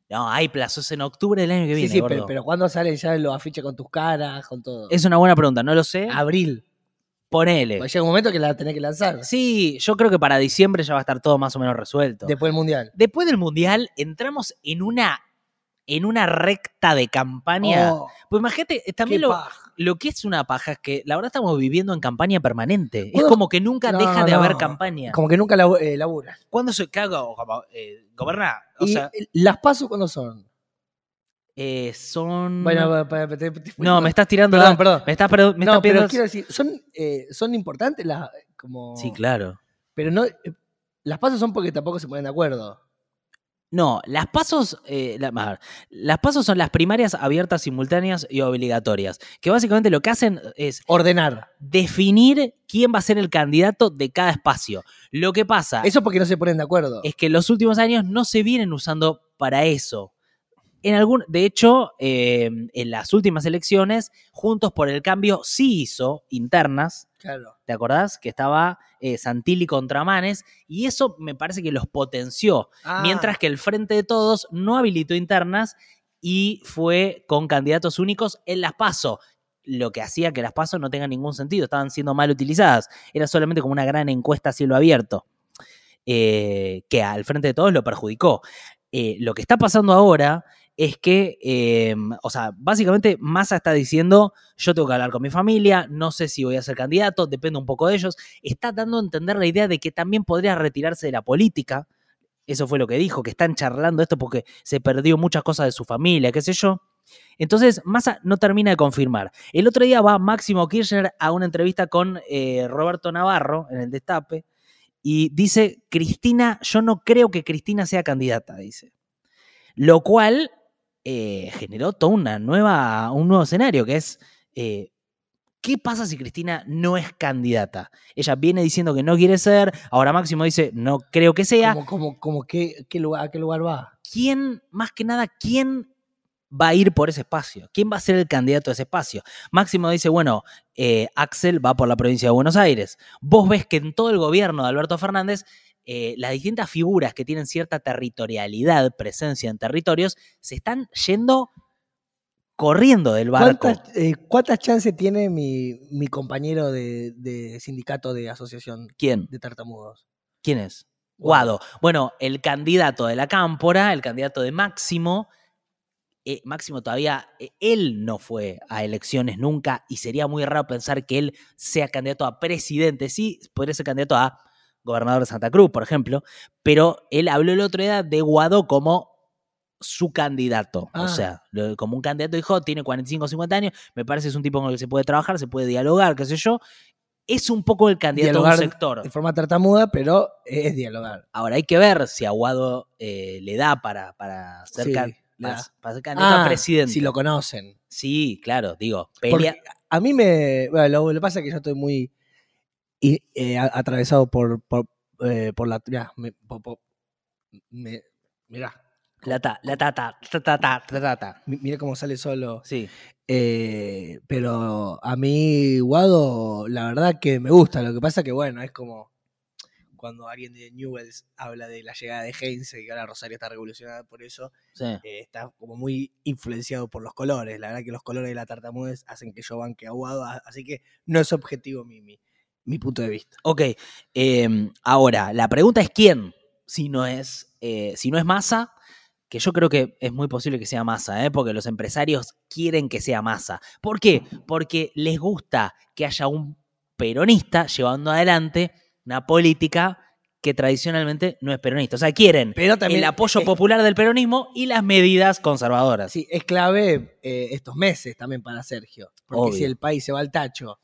Speaker 2: No, hay plazos en octubre del año que
Speaker 1: Sí,
Speaker 2: viene.
Speaker 1: sí,
Speaker 2: gordo.
Speaker 1: pero, pero ¿cuándo salen ya los afiches con tus caras, con todo?
Speaker 2: Es una buena pregunta, no lo sé.
Speaker 1: Abril.
Speaker 2: Ponele.
Speaker 1: Pues llega un momento que la tenés que lanzar.
Speaker 2: Sí, yo creo que para diciembre ya va a estar todo más o menos resuelto.
Speaker 1: Después del mundial.
Speaker 2: Después del Mundial entramos en una, en una recta de campaña.
Speaker 1: Oh,
Speaker 2: pues imagínate, eh, también
Speaker 1: qué
Speaker 2: lo,
Speaker 1: paja.
Speaker 2: lo que es una paja es que la verdad estamos viviendo en campaña permanente. Es
Speaker 1: Bueno,
Speaker 2: como que nunca
Speaker 1: no,
Speaker 2: deja de
Speaker 1: no.
Speaker 2: haber campaña.
Speaker 1: Como que nunca labu- eh, labura.
Speaker 2: ¿Cuándo se caga o como, eh, goberna? O
Speaker 1: ¿Y eh,
Speaker 2: sea,
Speaker 1: las pasos cuándo son?
Speaker 2: eh, son...
Speaker 1: Bueno, pa- pa- pa- te- te-
Speaker 2: no, me estás tirando...
Speaker 1: Perdón,
Speaker 2: la-
Speaker 1: perdón.
Speaker 2: Me estás, pero- me
Speaker 1: no, pero
Speaker 2: estás pidiendo-
Speaker 1: quiero decir, son, eh, son importantes las. Como,
Speaker 2: Sí, claro.
Speaker 1: Pero no. eh, las pasos son porque tampoco se ponen de acuerdo.
Speaker 2: No, las pasos, eh, la- a ver, las pasos son las primarias abiertas, simultáneas y obligatorias, que básicamente lo que hacen es
Speaker 1: Ordenar.
Speaker 2: definir quién va a ser el candidato de cada espacio. Lo que pasa
Speaker 1: Eso porque no se ponen de acuerdo.
Speaker 2: Ah. es que en los últimos años no se vienen usando para eso. En algún, de hecho, eh, en las últimas elecciones, Juntos por el Cambio sí hizo internas,
Speaker 1: Claro.
Speaker 2: ¿Te acordás? Que estaba eh, Santilli contra Manes y eso me parece que los potenció.
Speaker 1: Ah.
Speaker 2: Mientras que el Frente de Todos no habilitó internas y fue con candidatos únicos en las PASO, lo que hacía que las PASO no tengan ningún sentido, estaban siendo mal utilizadas. Era solamente como una gran encuesta a cielo abierto, eh, que al Frente de Todos lo perjudicó. Eh, lo que está pasando ahora es que, eh, o sea, básicamente Massa está diciendo, yo tengo que hablar con mi familia, no sé si voy a ser candidato, depende un poco de ellos. Está dando a entender la idea de que también podría retirarse de la política, eso fue lo que dijo, que están charlando esto porque se perdió muchas cosas de su familia, qué sé yo. Entonces, Massa no termina de confirmar. El otro día va Máximo Kirchner a una entrevista con eh, Roberto Navarro en el Destape y dice, Cristina, yo no creo que Cristina sea candidata, dice. Lo cual eh, generó toda una nueva, un nuevo escenario, que es, eh, ¿qué pasa si Cristina no es candidata? Ella viene diciendo que no quiere ser, ahora Máximo dice, no creo que sea.
Speaker 1: Como, como, como qué, qué lugar, a qué lugar va.
Speaker 2: quién, más que nada, quién va a ir por ese espacio, quién va a ser el candidato de ese espacio. Máximo dice, bueno, eh, Axel va por la provincia de Buenos Aires. Vos ves que en todo el gobierno de Alberto Fernández, eh, las distintas figuras que tienen cierta territorialidad, presencia en territorios, se están yendo corriendo del barco.
Speaker 1: ¿Cuántas, eh, cuántas chances tiene mi, mi compañero de, de sindicato de asociación
Speaker 2: ¿Quién?
Speaker 1: de tartamudos?
Speaker 2: ¿Quién es? Guado. Bueno, el candidato de la Cámpora, el candidato de Máximo, eh, Máximo todavía, eh, él no fue a elecciones nunca y sería muy raro pensar que él sea candidato a presidente. Sí, podría ser candidato a gobernador de Santa Cruz, por ejemplo, pero él habló el otro día de Guado como su candidato.
Speaker 1: Ah.
Speaker 2: O sea, lo- como un candidato dijo, tiene 45 o 50 años, me parece que es un tipo con el que se puede trabajar, se puede dialogar, qué sé yo. Es un poco el candidato
Speaker 1: Dialogar
Speaker 2: de un sector.
Speaker 1: De forma tartamuda, pero es dialogar.
Speaker 2: Ahora hay que ver si Aguado eh, le da para, para ser,
Speaker 1: Sí,
Speaker 2: can-
Speaker 1: le
Speaker 2: para-
Speaker 1: da.
Speaker 2: para ser candidato a
Speaker 1: Ah,
Speaker 2: presidente.
Speaker 1: Si lo conocen.
Speaker 2: Sí, claro, digo,
Speaker 1: Porque
Speaker 2: pelea.
Speaker 1: a mí me. Bueno, lo lo que pasa es que yo estoy muy i- eh, a- atravesado por, por, eh, por la. Mirá, me, po- po- me- mirá,
Speaker 2: La ta, la ta, ta, ta, ta, ta, ta, ta, ta.
Speaker 1: mi- mirá cómo sale solo.
Speaker 2: Sí.
Speaker 1: Eh, pero a mí, Guado, la verdad que me gusta. Lo que pasa que, bueno, es como cuando alguien de Newells habla de la llegada de Heinz y que ahora Rosario está revolucionada por eso,
Speaker 2: sí.
Speaker 1: eh, está como muy influenciado por los colores. La verdad que los colores de la tartamudez hacen que yo banque a Guado, a- así que no es objetivo mi, mi, mi punto de vista.
Speaker 2: Ok. eh, ahora, la pregunta es quién, si no es, eh, si no es masa, que yo creo que es muy posible que sea masa, porque los empresarios quieren que sea masa. ¿Por qué? Porque les gusta que haya un peronista llevando adelante una política que tradicionalmente no es peronista. O sea, quieren
Speaker 1: Pero también
Speaker 2: Eh, el apoyo
Speaker 1: es,
Speaker 2: popular del peronismo y las medidas conservadoras.
Speaker 1: sí, es clave eh, estos meses también para Sergio. Porque si
Speaker 2: Obvio.
Speaker 1: el país se va al tacho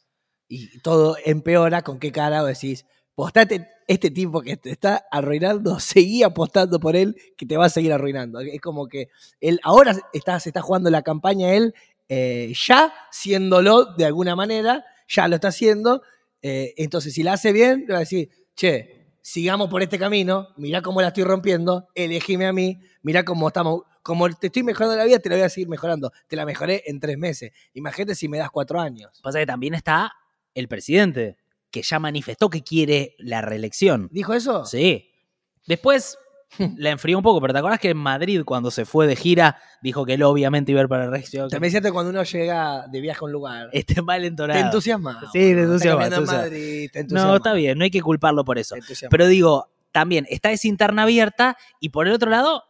Speaker 1: y todo empeora, ¿con qué cara vos decís? Postate este tipo que te está arruinando, seguí apostando por él, que te va a seguir arruinando. Es como que él ahora está, se está jugando la campaña él eh, ya siéndolo de alguna manera, ya lo está haciendo. eh, entonces, si la hace bien, le va a decir, che, sigamos por este camino, mirá cómo la estoy rompiendo, elegime a mí, mirá cómo estamos. Como te estoy mejorando la vida, te la voy a seguir mejorando. Te la mejoré en tres meses. Imagínate si me das cuatro años.
Speaker 2: Pasa que también está el presidente, que ya manifestó que quiere la reelección.
Speaker 1: ¿Dijo eso?
Speaker 2: Sí. Después la enfrió un poco, pero ¿te acordás que en Madrid, cuando se fue de gira, dijo que él obviamente iba a ir para la reelección?
Speaker 1: También es cierto que cuando uno llega de viaje a un lugar,
Speaker 2: Esté este mal
Speaker 1: te
Speaker 2: entonado.
Speaker 1: entusiasma.
Speaker 2: Sí, te
Speaker 1: boludo. Estás
Speaker 2: entusiasma,
Speaker 1: caminando en
Speaker 2: entusiasma.
Speaker 1: Madrid, te entusiasma.
Speaker 2: No, está bien, no hay que culparlo por eso.
Speaker 1: te entusiasma.
Speaker 2: Pero digo, también está esa interna abierta y por el otro lado,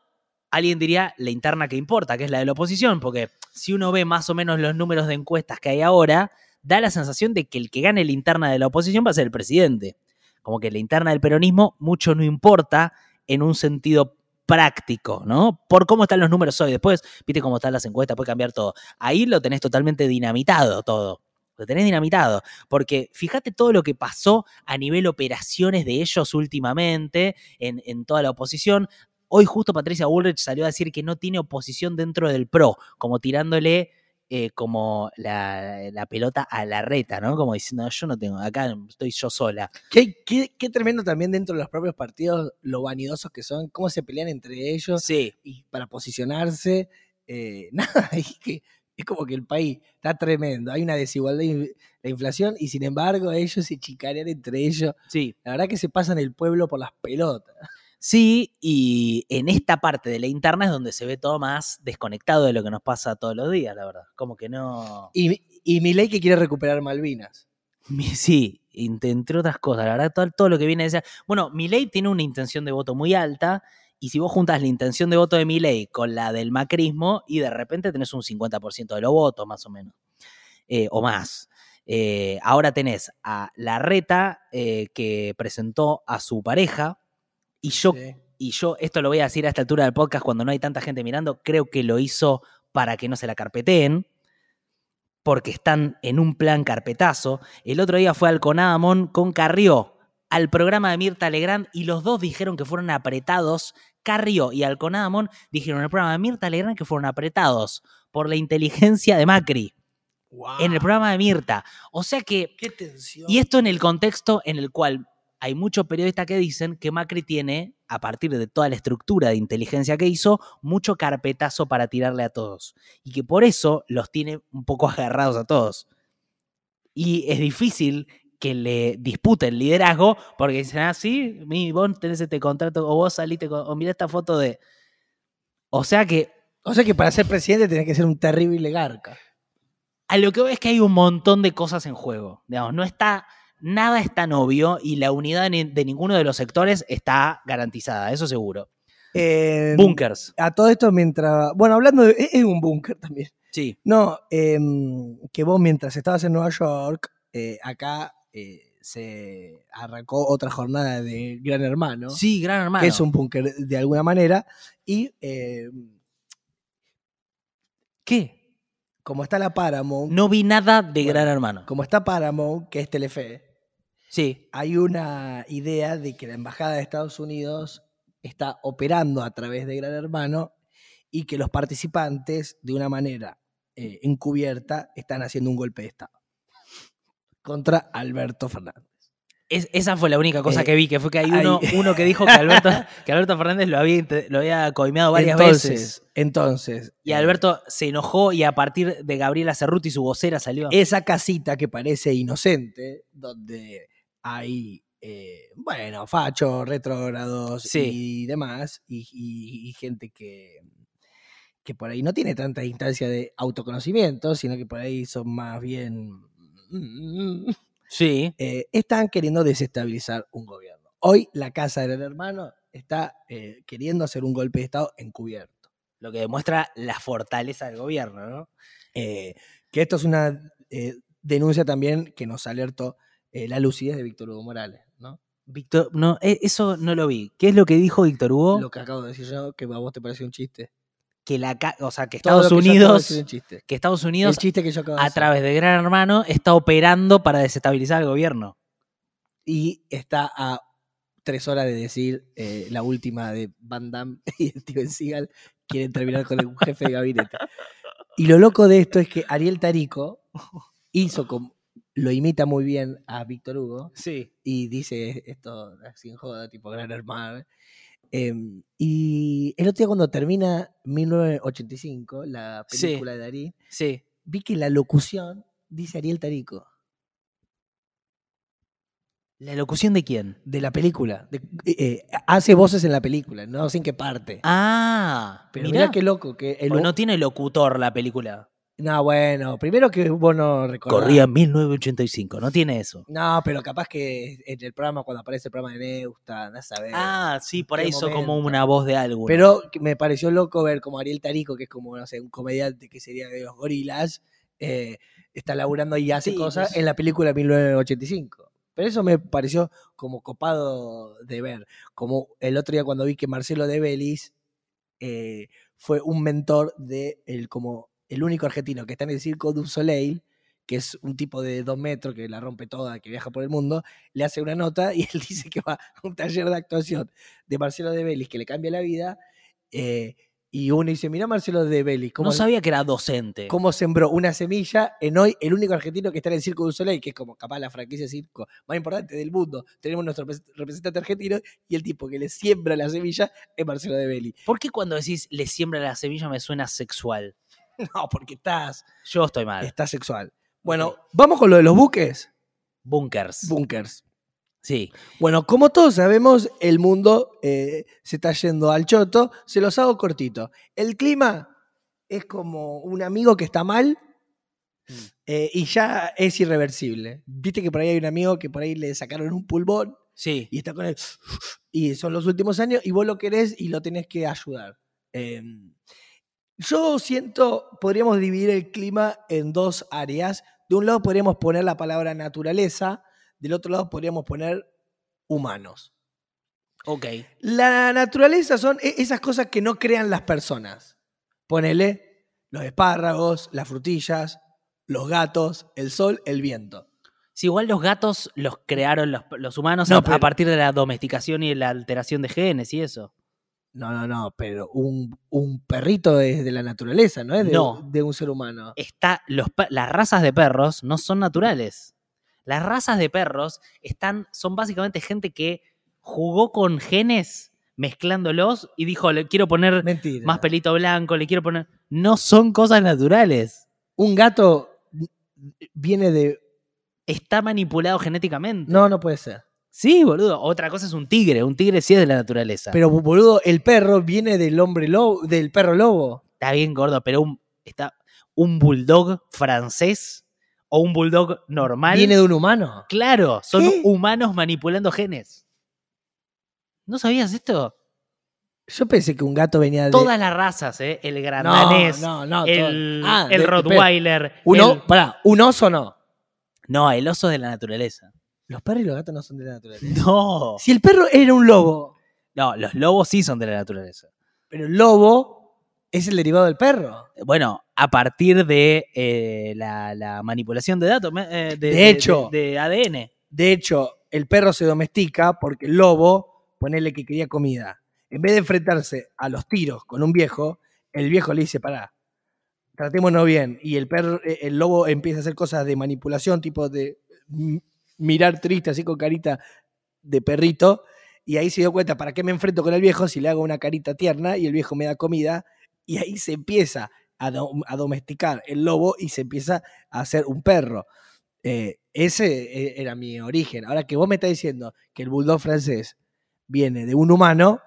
Speaker 2: alguien diría la interna que importa, que es la de la oposición, porque si uno ve más o menos los números de encuestas que hay ahora, da la sensación de que el que gane la interna de la oposición va a ser el presidente. Como que la interna del peronismo mucho no importa en un sentido práctico, ¿no? Por cómo están los números hoy. Después, viste cómo están las encuestas, puede cambiar todo. Ahí lo tenés totalmente dinamitado todo. Lo tenés dinamitado. Porque fíjate todo lo que pasó a nivel operaciones de ellos últimamente en, en toda la oposición. Hoy justo Patricia Bullrich salió a decir que no tiene oposición dentro del PRO, como tirándole eh, como la, la pelota a la reta, ¿no? Como diciendo, yo no tengo, acá estoy yo sola.
Speaker 1: Qué, qué- qué tremendo también dentro de los propios partidos, lo vanidosos que son, cómo se pelean entre ellos
Speaker 2: Sí,
Speaker 1: y para posicionarse. eh, nada, es, que, es como que el país está tremendo. Hay una desigualdad, in- la inflación, y sin embargo ellos se chicanean entre ellos.
Speaker 2: sí.
Speaker 1: La verdad que se pasan el pueblo por las pelotas.
Speaker 2: Sí, y en esta parte de la interna es donde se ve todo más desconectado de lo que nos pasa todos los días, la verdad. Como que no.
Speaker 1: Y, y Milei que quiere recuperar Malvinas.
Speaker 2: Mi- Sí, int- entre otras cosas, la verdad, todo, todo lo que viene de esa. Bueno, Milei tiene una intención de voto muy alta, y si vos juntas la intención de voto de Milei con la del macrismo, y de repente tenés un 50% de los votos, más o menos, eh, o más. Eh, ahora tenés a Larreta, eh, que presentó a su pareja, y yo
Speaker 1: Sí.
Speaker 2: y yo esto lo voy a decir a esta altura del podcast cuando no hay tanta gente mirando, creo que lo hizo para que no se la carpeteen, porque están en un plan carpetazo. El otro día fue al Conadamón con Carrió al programa de Mirta Legrand y los dos dijeron que fueron apretados. Carrió y Alconadamón dijeron en el programa de Mirta Legrand que fueron apretados por la inteligencia de Macri en
Speaker 1: Ah.
Speaker 2: el programa de Mirta. O sea que
Speaker 1: ¡Qué tensión!
Speaker 2: y esto en el contexto en el cual hay muchos periodistas que dicen que Macri tiene, a partir de toda la estructura de inteligencia que hizo, mucho carpetazo para tirarle a todos. Y que por eso los tiene un poco agarrados a todos. Y es difícil que le disputen el liderazgo porque dicen, ah, sí, mi, vos tenés este contrato, o vos saliste, con, o mirá esta foto de... O sea que
Speaker 1: O sea que para ser presidente tenés que ser un terrible garca.
Speaker 2: a lo que veo es que hay un montón de cosas en juego. Digamos, no está. Nada es tan obvio y la unidad ni- de ninguno de los sectores está garantizada, eso seguro.
Speaker 1: Eh,
Speaker 2: Bunkers.
Speaker 1: A todo esto mientras... Bueno, hablando de... Es es un búnker también.
Speaker 2: Sí.
Speaker 1: No, em, que vos mientras estabas en Nueva York, eh, acá eh, se arrancó otra jornada de Gran Hermano,
Speaker 2: Sí, gran hermano.
Speaker 1: que es un búnker de alguna manera, y em,
Speaker 2: ¿Qué?
Speaker 1: Como está la Paramount,
Speaker 2: No vi nada de
Speaker 1: Bueno.
Speaker 2: Gran Hermano.
Speaker 1: como está Paramount, que es Telefe,
Speaker 2: Sí.
Speaker 1: hay una idea de que la embajada de Estados Unidos está operando a través de Gran Hermano y que los participantes, de una manera eh, encubierta, están haciendo un golpe de Estado contra Alberto Fernández.
Speaker 2: Es- esa fue la única cosa
Speaker 1: Eh,
Speaker 2: que vi, que fue que hay
Speaker 1: hay-
Speaker 2: uno, uno que dijo que Alberto, que Alberto Fernández lo había, inte- lo había coimeado varias
Speaker 1: entonces,
Speaker 2: veces.
Speaker 1: Entonces,
Speaker 2: Y
Speaker 1: eh,
Speaker 2: Alberto se enojó y a partir de Gabriela Cerruti su vocera salió.
Speaker 1: esa casita que parece inocente, donde hay, eh, bueno, fachos, retrógrados
Speaker 2: Sí.
Speaker 1: y demás, y, y- y gente que, que por ahí no tiene tanta instancia de autoconocimiento, sino que por ahí son más bien...
Speaker 2: Sí.
Speaker 1: eh, están queriendo desestabilizar un gobierno. Hoy la casa del hermano está eh, queriendo hacer un golpe de Estado encubierto.
Speaker 2: Lo que demuestra la fortaleza del gobierno, ¿no?
Speaker 1: Eh, que esto es una eh, denuncia también que nos alertó eh, la lucidez de Víctor Hugo Morales, ¿no?
Speaker 2: Víctor, no, e- eso no lo vi. ¿Qué es lo que dijo Víctor Hugo?
Speaker 1: Lo que acabo de decir yo, que a vos te pareció un chiste.
Speaker 2: que la, ca- o sea, que
Speaker 1: Todo
Speaker 2: Estados
Speaker 1: lo que yo acabo de
Speaker 2: Unidos,
Speaker 1: decir es un chiste.
Speaker 2: que Estados
Speaker 1: El
Speaker 2: Unidos
Speaker 1: chiste que yo acabo de
Speaker 2: a
Speaker 1: hacer.
Speaker 2: través de Gran Hermano está operando para desestabilizar al gobierno.
Speaker 1: Y está a tres horas de decir eh, la última de Van Damme y Steven Seagal quieren terminar con el jefe de gabinete. Y lo loco de esto es que Ariel Tarico hizo como lo imita muy bien a Víctor Hugo.
Speaker 2: Sí.
Speaker 1: y dice esto sin joda, tipo Gran Hermano. Em, y el otro día cuando termina 1985, la
Speaker 2: Sí.
Speaker 1: película de Darín,
Speaker 2: Sí.
Speaker 1: vi que la locución dice Ariel Tarico,
Speaker 2: ¿La locución de quién?
Speaker 1: de la película. de- eh, eh, hace voces en la película, no sé en qué parte.
Speaker 2: Ah,
Speaker 1: Pero
Speaker 2: mirá,
Speaker 1: mirá qué loco que... El,
Speaker 2: porque no tiene locutor la película.
Speaker 1: No, bueno, primero que vos no recordás.
Speaker 2: Corría en 1985, no tiene eso.
Speaker 1: No, pero capaz que en el programa, cuando aparece el programa de Neusta, no sabés.
Speaker 2: Ah, sí, por
Speaker 1: qué
Speaker 2: ahí hizo como
Speaker 1: Eh, este momento.
Speaker 2: una voz de algo.
Speaker 1: Pero que me pareció loco ver como Ariel Tarico, que es como, no sé, un comediante que sería de los gorilas, eh, está laburando y hace
Speaker 2: Sí,
Speaker 1: cosas
Speaker 2: pues.
Speaker 1: en la película 1985. Pero eso me pareció como copado de ver. Como el otro día cuando vi que Marcelo de Vélez eh, fue un mentor de el, como el único argentino que está en el circo du Soleil, que es un tipo de dos metros que la rompe toda, que viaja por el mundo, le hace una nota y él dice que va a un taller de actuación de Marcelo de Vélez que le cambia la vida. eh, y uno dice, mira Marcelo de Vélez, ¿cómo,
Speaker 2: no sabía que era docente.
Speaker 1: cómo sembró una semilla en hoy el único argentino que está en el Circo du Soleil, que es como capaz la franquicia de circo más importante del mundo. Tenemos nuestro repres- representante argentino y el tipo que le siembra la semilla es Marcelo de Vélez.
Speaker 2: ¿Por qué cuando decís le siembra la semilla me suena sexual?
Speaker 1: No, porque estás,
Speaker 2: Yo estoy mal.
Speaker 1: estás sexual. Bueno, vamos con lo de los buques.
Speaker 2: Bunkers.
Speaker 1: Bunkers.
Speaker 2: sí.
Speaker 1: Bueno, como todos sabemos, el mundo eh, se está yendo al choto. Se los hago cortito. El clima es como un amigo que está mal
Speaker 2: Mm.
Speaker 1: eh, y ya es irreversible. Viste que por ahí hay un amigo que por ahí le sacaron un pulmón
Speaker 2: Sí.
Speaker 1: y está con él. Y son los últimos años y vos lo querés y lo tenés que ayudar. Eh, yo siento, podríamos dividir el clima en dos áreas. De un lado podríamos poner la palabra naturaleza, del otro lado podríamos poner humanos.
Speaker 2: Ok.
Speaker 1: La naturaleza son e- esas cosas que no crean las personas. Ponele los espárragos, las frutillas, los gatos, el sol, el viento.
Speaker 2: Si igual los gatos los crearon los, los humanos
Speaker 1: No,
Speaker 2: a, a
Speaker 1: pero-
Speaker 2: partir de la domesticación y la alteración de genes y eso.
Speaker 1: No, no, no, pero un, un perrito es de la naturaleza, no es de,
Speaker 2: No.
Speaker 1: de un ser humano.
Speaker 2: Está, los, pe- las razas de perros no son naturales. Las razas de perros están, son básicamente gente que jugó con genes mezclándolos y dijo, le quiero poner
Speaker 1: Mentira.
Speaker 2: más pelito blanco, le quiero poner... No son cosas naturales.
Speaker 1: un gato viene de...
Speaker 2: Está manipulado genéticamente.
Speaker 1: No, no puede ser.
Speaker 2: Sí, boludo. Otra cosa es un tigre. Un tigre sí es de la naturaleza.
Speaker 1: Pero boludo, el perro viene del hombre lobo, del perro lobo.
Speaker 2: está bien gordo, pero un, está un bulldog francés o un bulldog normal.
Speaker 1: Viene de un humano.
Speaker 2: Claro, son
Speaker 1: ¿Qué?
Speaker 2: humanos manipulando genes. ¿No sabías esto?
Speaker 1: Yo pensé que un gato venía de...
Speaker 2: Todas las razas, ¿eh? El
Speaker 1: No,
Speaker 2: grandanés,
Speaker 1: no, no, todo-
Speaker 2: el,
Speaker 1: Ah,
Speaker 2: el
Speaker 1: de-
Speaker 2: Rottweiler.
Speaker 1: Uno,
Speaker 2: el-
Speaker 1: pará, un oso no.
Speaker 2: No, el oso de la naturaleza.
Speaker 1: Los perros y los gatos no son de la naturaleza.
Speaker 2: No.
Speaker 1: Si el perro era un lobo,
Speaker 2: No, los lobos sí son de la naturaleza.
Speaker 1: pero el lobo Es el derivado del perro.
Speaker 2: Bueno, a partir de eh, la, la manipulación de datos, me- eh,
Speaker 1: De hecho.
Speaker 2: de, de ADN.
Speaker 1: De hecho, el perro se domestica porque el lobo, ponele que quería comida. En vez de enfrentarse a los tiros con un viejo, el viejo le dice, pará, tratémonos bien. Y el perro, eh, el lobo empieza a hacer cosas de manipulación, tipo de mm, mirar triste, así con carita de perrito. Y ahí se dio cuenta, ¿para qué me enfrento con el viejo si le hago una carita tierna y el viejo me da comida? Y ahí se empieza a, dom- a domesticar el lobo y se empieza a hacer un perro. Eh, ese eh, era mi origen. Ahora que vos me estás diciendo que el bulldog francés viene de un humano,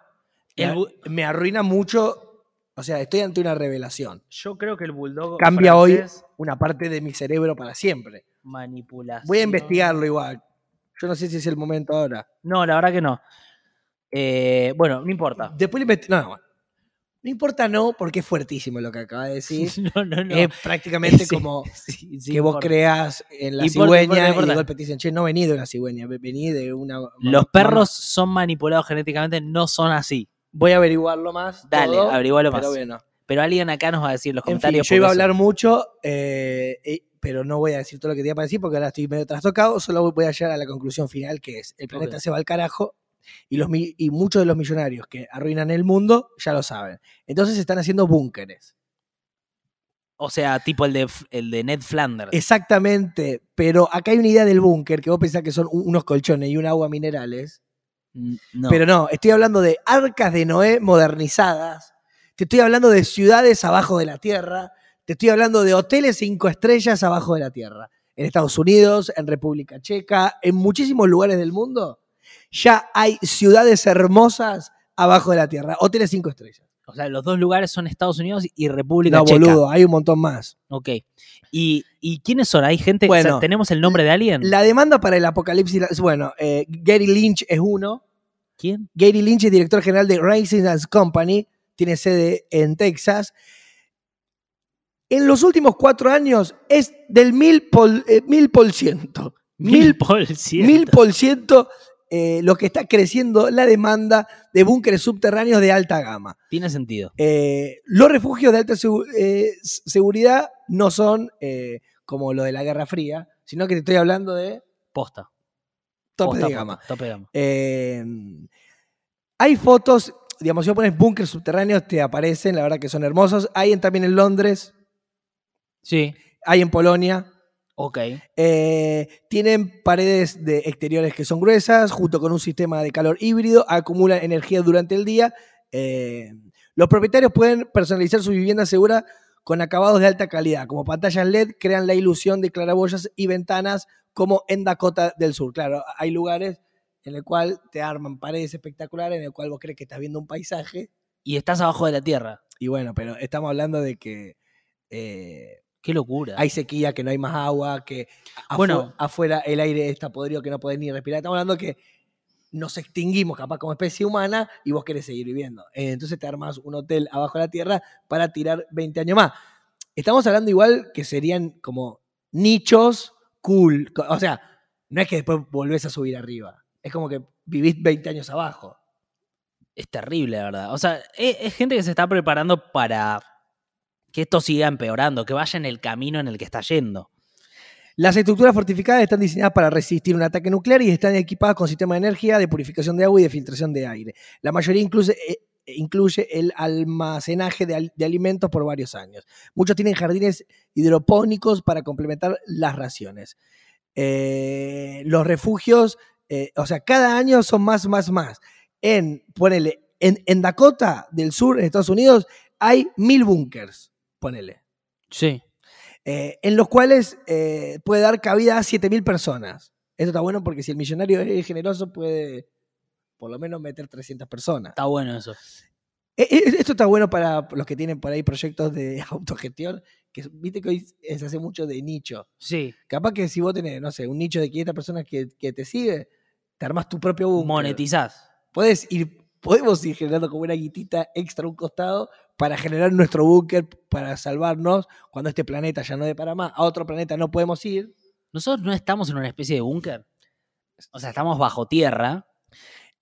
Speaker 2: El
Speaker 1: me-
Speaker 2: bu-
Speaker 1: me arruina mucho. O sea, estoy ante una revelación.
Speaker 2: Yo creo que el bulldog
Speaker 1: Cambia
Speaker 2: francés-
Speaker 1: hoy una parte de mi cerebro para siempre.
Speaker 2: manipulación.
Speaker 1: Voy a investigarlo igual. Yo no sé si es el momento ahora.
Speaker 2: No, la verdad que no. Eh, bueno, no importa.
Speaker 1: Después lo investi- No, no. No importa, no, porque es fuertísimo lo que acaba de decir.
Speaker 2: No, no, no.
Speaker 1: Es prácticamente
Speaker 2: Sí,
Speaker 1: como
Speaker 2: sí, sí,
Speaker 1: que vos
Speaker 2: importa.
Speaker 1: creas en la
Speaker 2: Importa,
Speaker 1: cigüeña
Speaker 2: importa, importa.
Speaker 1: y de golpe te dicen, che, no vení de una cigüeña, ve- vení de una.
Speaker 2: Los
Speaker 1: mamá".
Speaker 2: perros son manipulados genéticamente, no son así.
Speaker 1: Voy a averiguarlo más.
Speaker 2: Dale,
Speaker 1: todo,
Speaker 2: averigualo más.
Speaker 1: pero
Speaker 2: Pero,
Speaker 1: bueno.
Speaker 2: alguien acá nos va a decir en los
Speaker 1: En fin,
Speaker 2: comentarios.
Speaker 1: yo iba a
Speaker 2: porque
Speaker 1: hablar mucho, eh, eh, pero no voy a decir todo lo que tenía para decir porque ahora estoy medio trastocado. Solo voy a llegar a la conclusión final que es: el planeta
Speaker 2: Ok.
Speaker 1: se va al carajo y, los, mi- y muchos de los millonarios que arruinan el mundo ya lo saben. Entonces están haciendo búnkeres.
Speaker 2: son- O sea, tipo el de, F- el de Ned Flanders.
Speaker 1: Exactamente, pero acá hay una idea del búnker que vos pensás que son un- unos colchones y un agua minerales.
Speaker 2: Mm, no.
Speaker 1: Pero no, estoy hablando de arcas de Noé modernizadas. Te estoy hablando de ciudades abajo de la tierra. Te estoy hablando de hoteles cinco estrellas abajo de la tierra. En Estados Unidos, en República Checa, en muchísimos lugares del mundo. Ya hay ciudades hermosas abajo de la tierra. Hoteles cinco estrellas.
Speaker 2: O sea, los dos lugares son Estados Unidos y República
Speaker 1: No,
Speaker 2: Checa.
Speaker 1: boludo, hay un montón más.
Speaker 2: Ok. ¿Y, y quiénes son? ¿Hay gente? o sea,
Speaker 1: Bueno,
Speaker 2: ¿Tenemos el nombre de alguien?
Speaker 1: La demanda para el apocalipsis, bueno, eh, Gary Lynch es uno.
Speaker 2: ¿Quién?
Speaker 1: Gary Lynch es director general de Racing and Company, tiene sede en Texas. En los últimos cuatro años es del mil por, eh, mil por ciento. Mil,
Speaker 2: por
Speaker 1: mil por ciento eh, lo que está creciendo la demanda de búnkeres subterráneos de alta gama.
Speaker 2: Tiene sentido.
Speaker 1: Eh, los refugios de alta segu- eh, s- seguridad no son eh, como lo de la Guerra Fría, sino que te estoy hablando de
Speaker 2: Posta.
Speaker 1: tope de
Speaker 2: posta, posta,
Speaker 1: gama.
Speaker 2: tope de gama.
Speaker 1: Eh, hay fotos, digamos, si vos pones búnkeres subterráneos, te aparecen, la verdad que son hermosos. Hay en- también en Londres,
Speaker 2: Sí.
Speaker 1: hay en Polonia.
Speaker 2: Ok.
Speaker 1: Eh, tienen paredes de exteriores que son gruesas, junto con un sistema de calor híbrido, acumulan energía durante el día. Eh, los propietarios pueden personalizar su vivienda segura con acabados de alta calidad, como pantallas LED, crean la ilusión de claraboyas y ventanas, como en Dakota del Sur. Claro, hay lugares en el cual te arman paredes espectaculares, en el cual vos crees que estás viendo un paisaje.
Speaker 2: Y estás abajo de la tierra.
Speaker 1: Y bueno, pero estamos hablando de que eh,
Speaker 2: Qué locura.
Speaker 1: hay sequía, que no hay más agua, que afu-
Speaker 2: Bueno.
Speaker 1: afuera el aire está podrido, que no podés ni respirar. Estamos hablando que nos extinguimos capaz como especie humana y vos querés seguir viviendo. Eh, Entonces te armas un hotel abajo de la tierra para tirar 20 años más. Estamos hablando igual que serían como nichos cool. Co- O sea, no es que después volvés a subir arriba. Es como que vivís 20 años abajo.
Speaker 2: Es terrible, la verdad. O sea, es, es gente que se está preparando para que esto siga empeorando, que vaya en el camino en el que está yendo.
Speaker 1: Las estructuras fortificadas están diseñadas para resistir un ataque nuclear y están equipadas con sistemas de energía, de purificación de agua y de filtración de aire. La mayoría incluye, eh, incluye el almacenaje de, al- de alimentos por varios años. Muchos tienen jardines hidropónicos para complementar las raciones. Eh, los refugios, eh, o sea, cada año son más, más, más. En, ponele, en, en Dakota del Sur, en Estados Unidos, hay mil búnkers, ponele
Speaker 2: Sí.
Speaker 1: eh, en los cuales eh, puede dar cabida a 7.000 personas. Esto está bueno porque si el millonario es generoso puede por lo menos meter 300 personas.
Speaker 2: Está bueno eso.
Speaker 1: E- e- Esto está bueno para los que tienen por ahí proyectos de autogestión, que viste que hoy se hace mucho de nicho.
Speaker 2: Sí.
Speaker 1: Capaz que si vos tenés, no sé, un nicho de 500 personas que, que te sigue, te armás tu propio búnker.
Speaker 2: Monetizás.
Speaker 1: Podés ir, podemos ir generando como una guitita extra a un costado para generar nuestro búnker, para salvarnos cuando este planeta ya no dé para más. A otro planeta no podemos ir.
Speaker 2: Nosotros no estamos en una especie de búnker. O sea, estamos bajo tierra.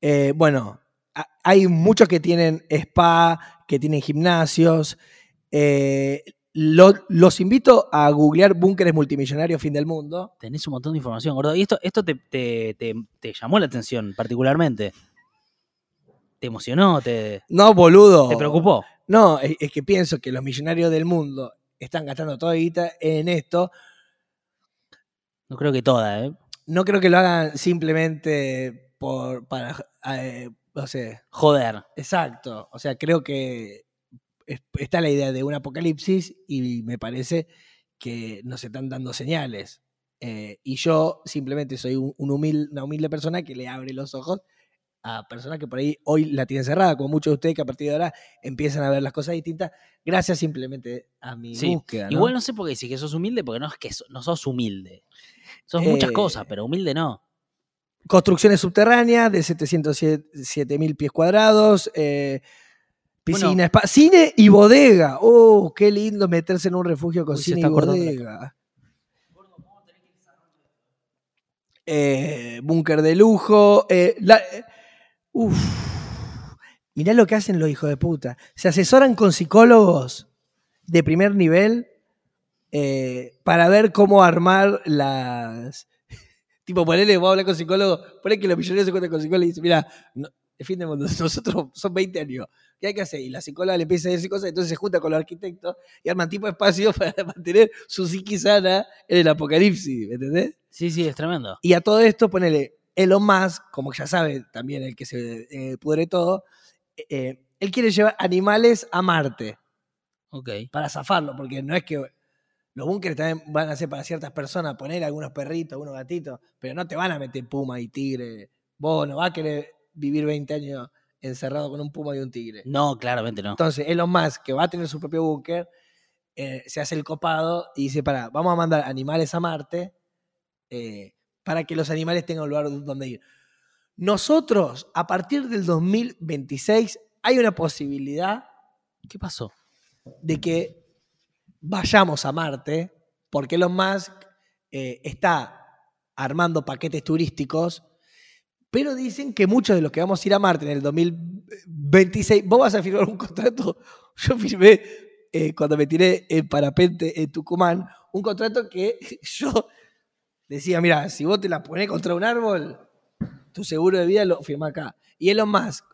Speaker 1: Eh, bueno, a- hay muchos que tienen spa, que tienen gimnasios, Eh, lo- los invito a googlear búnkeres multimillonarios fin del mundo.
Speaker 2: Tenés un montón de información, gordo. Y esto, esto te, te- te- te llamó la atención particularmente. Te emocionó, te,
Speaker 1: No, boludo.
Speaker 2: te preocupó.
Speaker 1: No, es, es que pienso que los millonarios del mundo están gastando toda guita en esto.
Speaker 2: No creo que toda, ¿eh?
Speaker 1: No creo que lo hagan simplemente por para eh, no sé,
Speaker 2: Joder.
Speaker 1: exacto. O sea, creo que es- está la idea de un apocalipsis y me parece que nos están dando señales. Eh, y yo simplemente soy un, un humil- una humilde persona que le abre los ojos a personas que por ahí hoy la tienen cerrada, como muchos de ustedes que a partir de ahora empiezan a ver las cosas distintas, gracias simplemente a mi
Speaker 2: Sí.
Speaker 1: búsqueda. ¿no?
Speaker 2: Igual no sé por qué decís que sos humilde, porque no es que so- no sos humilde. Sos muchas
Speaker 1: Eh,
Speaker 2: cosas, pero humilde no.
Speaker 1: Construcciones subterráneas de 707 mil pies cuadrados, eh, piscina,
Speaker 2: Bueno.
Speaker 1: spa- cine y bodega. ¡Oh, qué lindo meterse en un refugio con
Speaker 2: Uy, se
Speaker 1: cine y
Speaker 2: está cortando la
Speaker 1: bodega! Eh, búnker de lujo. eh, la- eh, uf. Mirá lo que hacen los hijos de puta. Se asesoran con psicólogos de primer nivel eh, para ver cómo armar las. Tipo, ponele, vos hablar con psicólogo, ponele que los millonarios se cuentan con psicólogos y dicen, mira, no, el fin de mundo, nosotros son 20 años, ¿qué hay que hacer? Y la psicóloga le empieza a decir cosas, entonces se junta con los arquitectos y arman tipo de espacio para mantener su psiqui sana en el apocalipsis, ¿me entendés?
Speaker 2: Sí, sí, es tremendo.
Speaker 1: Y a todo esto, ponele, Elon Musk, como ya sabe también el que se eh, pudre todo, eh, eh, él quiere llevar animales a Marte
Speaker 2: Ok.
Speaker 1: para zafarlo, porque no es que los búnkeres también van a ser para ciertas personas, poner algunos perritos, algunos gatitos, pero no te van a meter puma y tigre. Vos no vas a querer vivir 20 años encerrado con un puma y un tigre.
Speaker 2: No, claramente no.
Speaker 1: Entonces, Elon Musk, que va a tener su propio búnker, eh, se hace el copado y dice, para, vamos a mandar animales a Marte eh, para que los animales tengan un lugar donde ir. Nosotros, a partir del 2026, hay una posibilidad
Speaker 2: ¿Qué pasó?
Speaker 1: de que vayamos a Marte, porque Elon Musk eh, está armando paquetes turísticos, pero dicen que muchos de los que vamos a ir a Marte en el 2026, vos vas a firmar un contrato, yo firmé eh, cuando me tiré en parapente en Tucumán, un contrato que yo decía, mira, si vos te la ponés contra un árbol, tu seguro de vida lo firma acá. Y Elon Musk,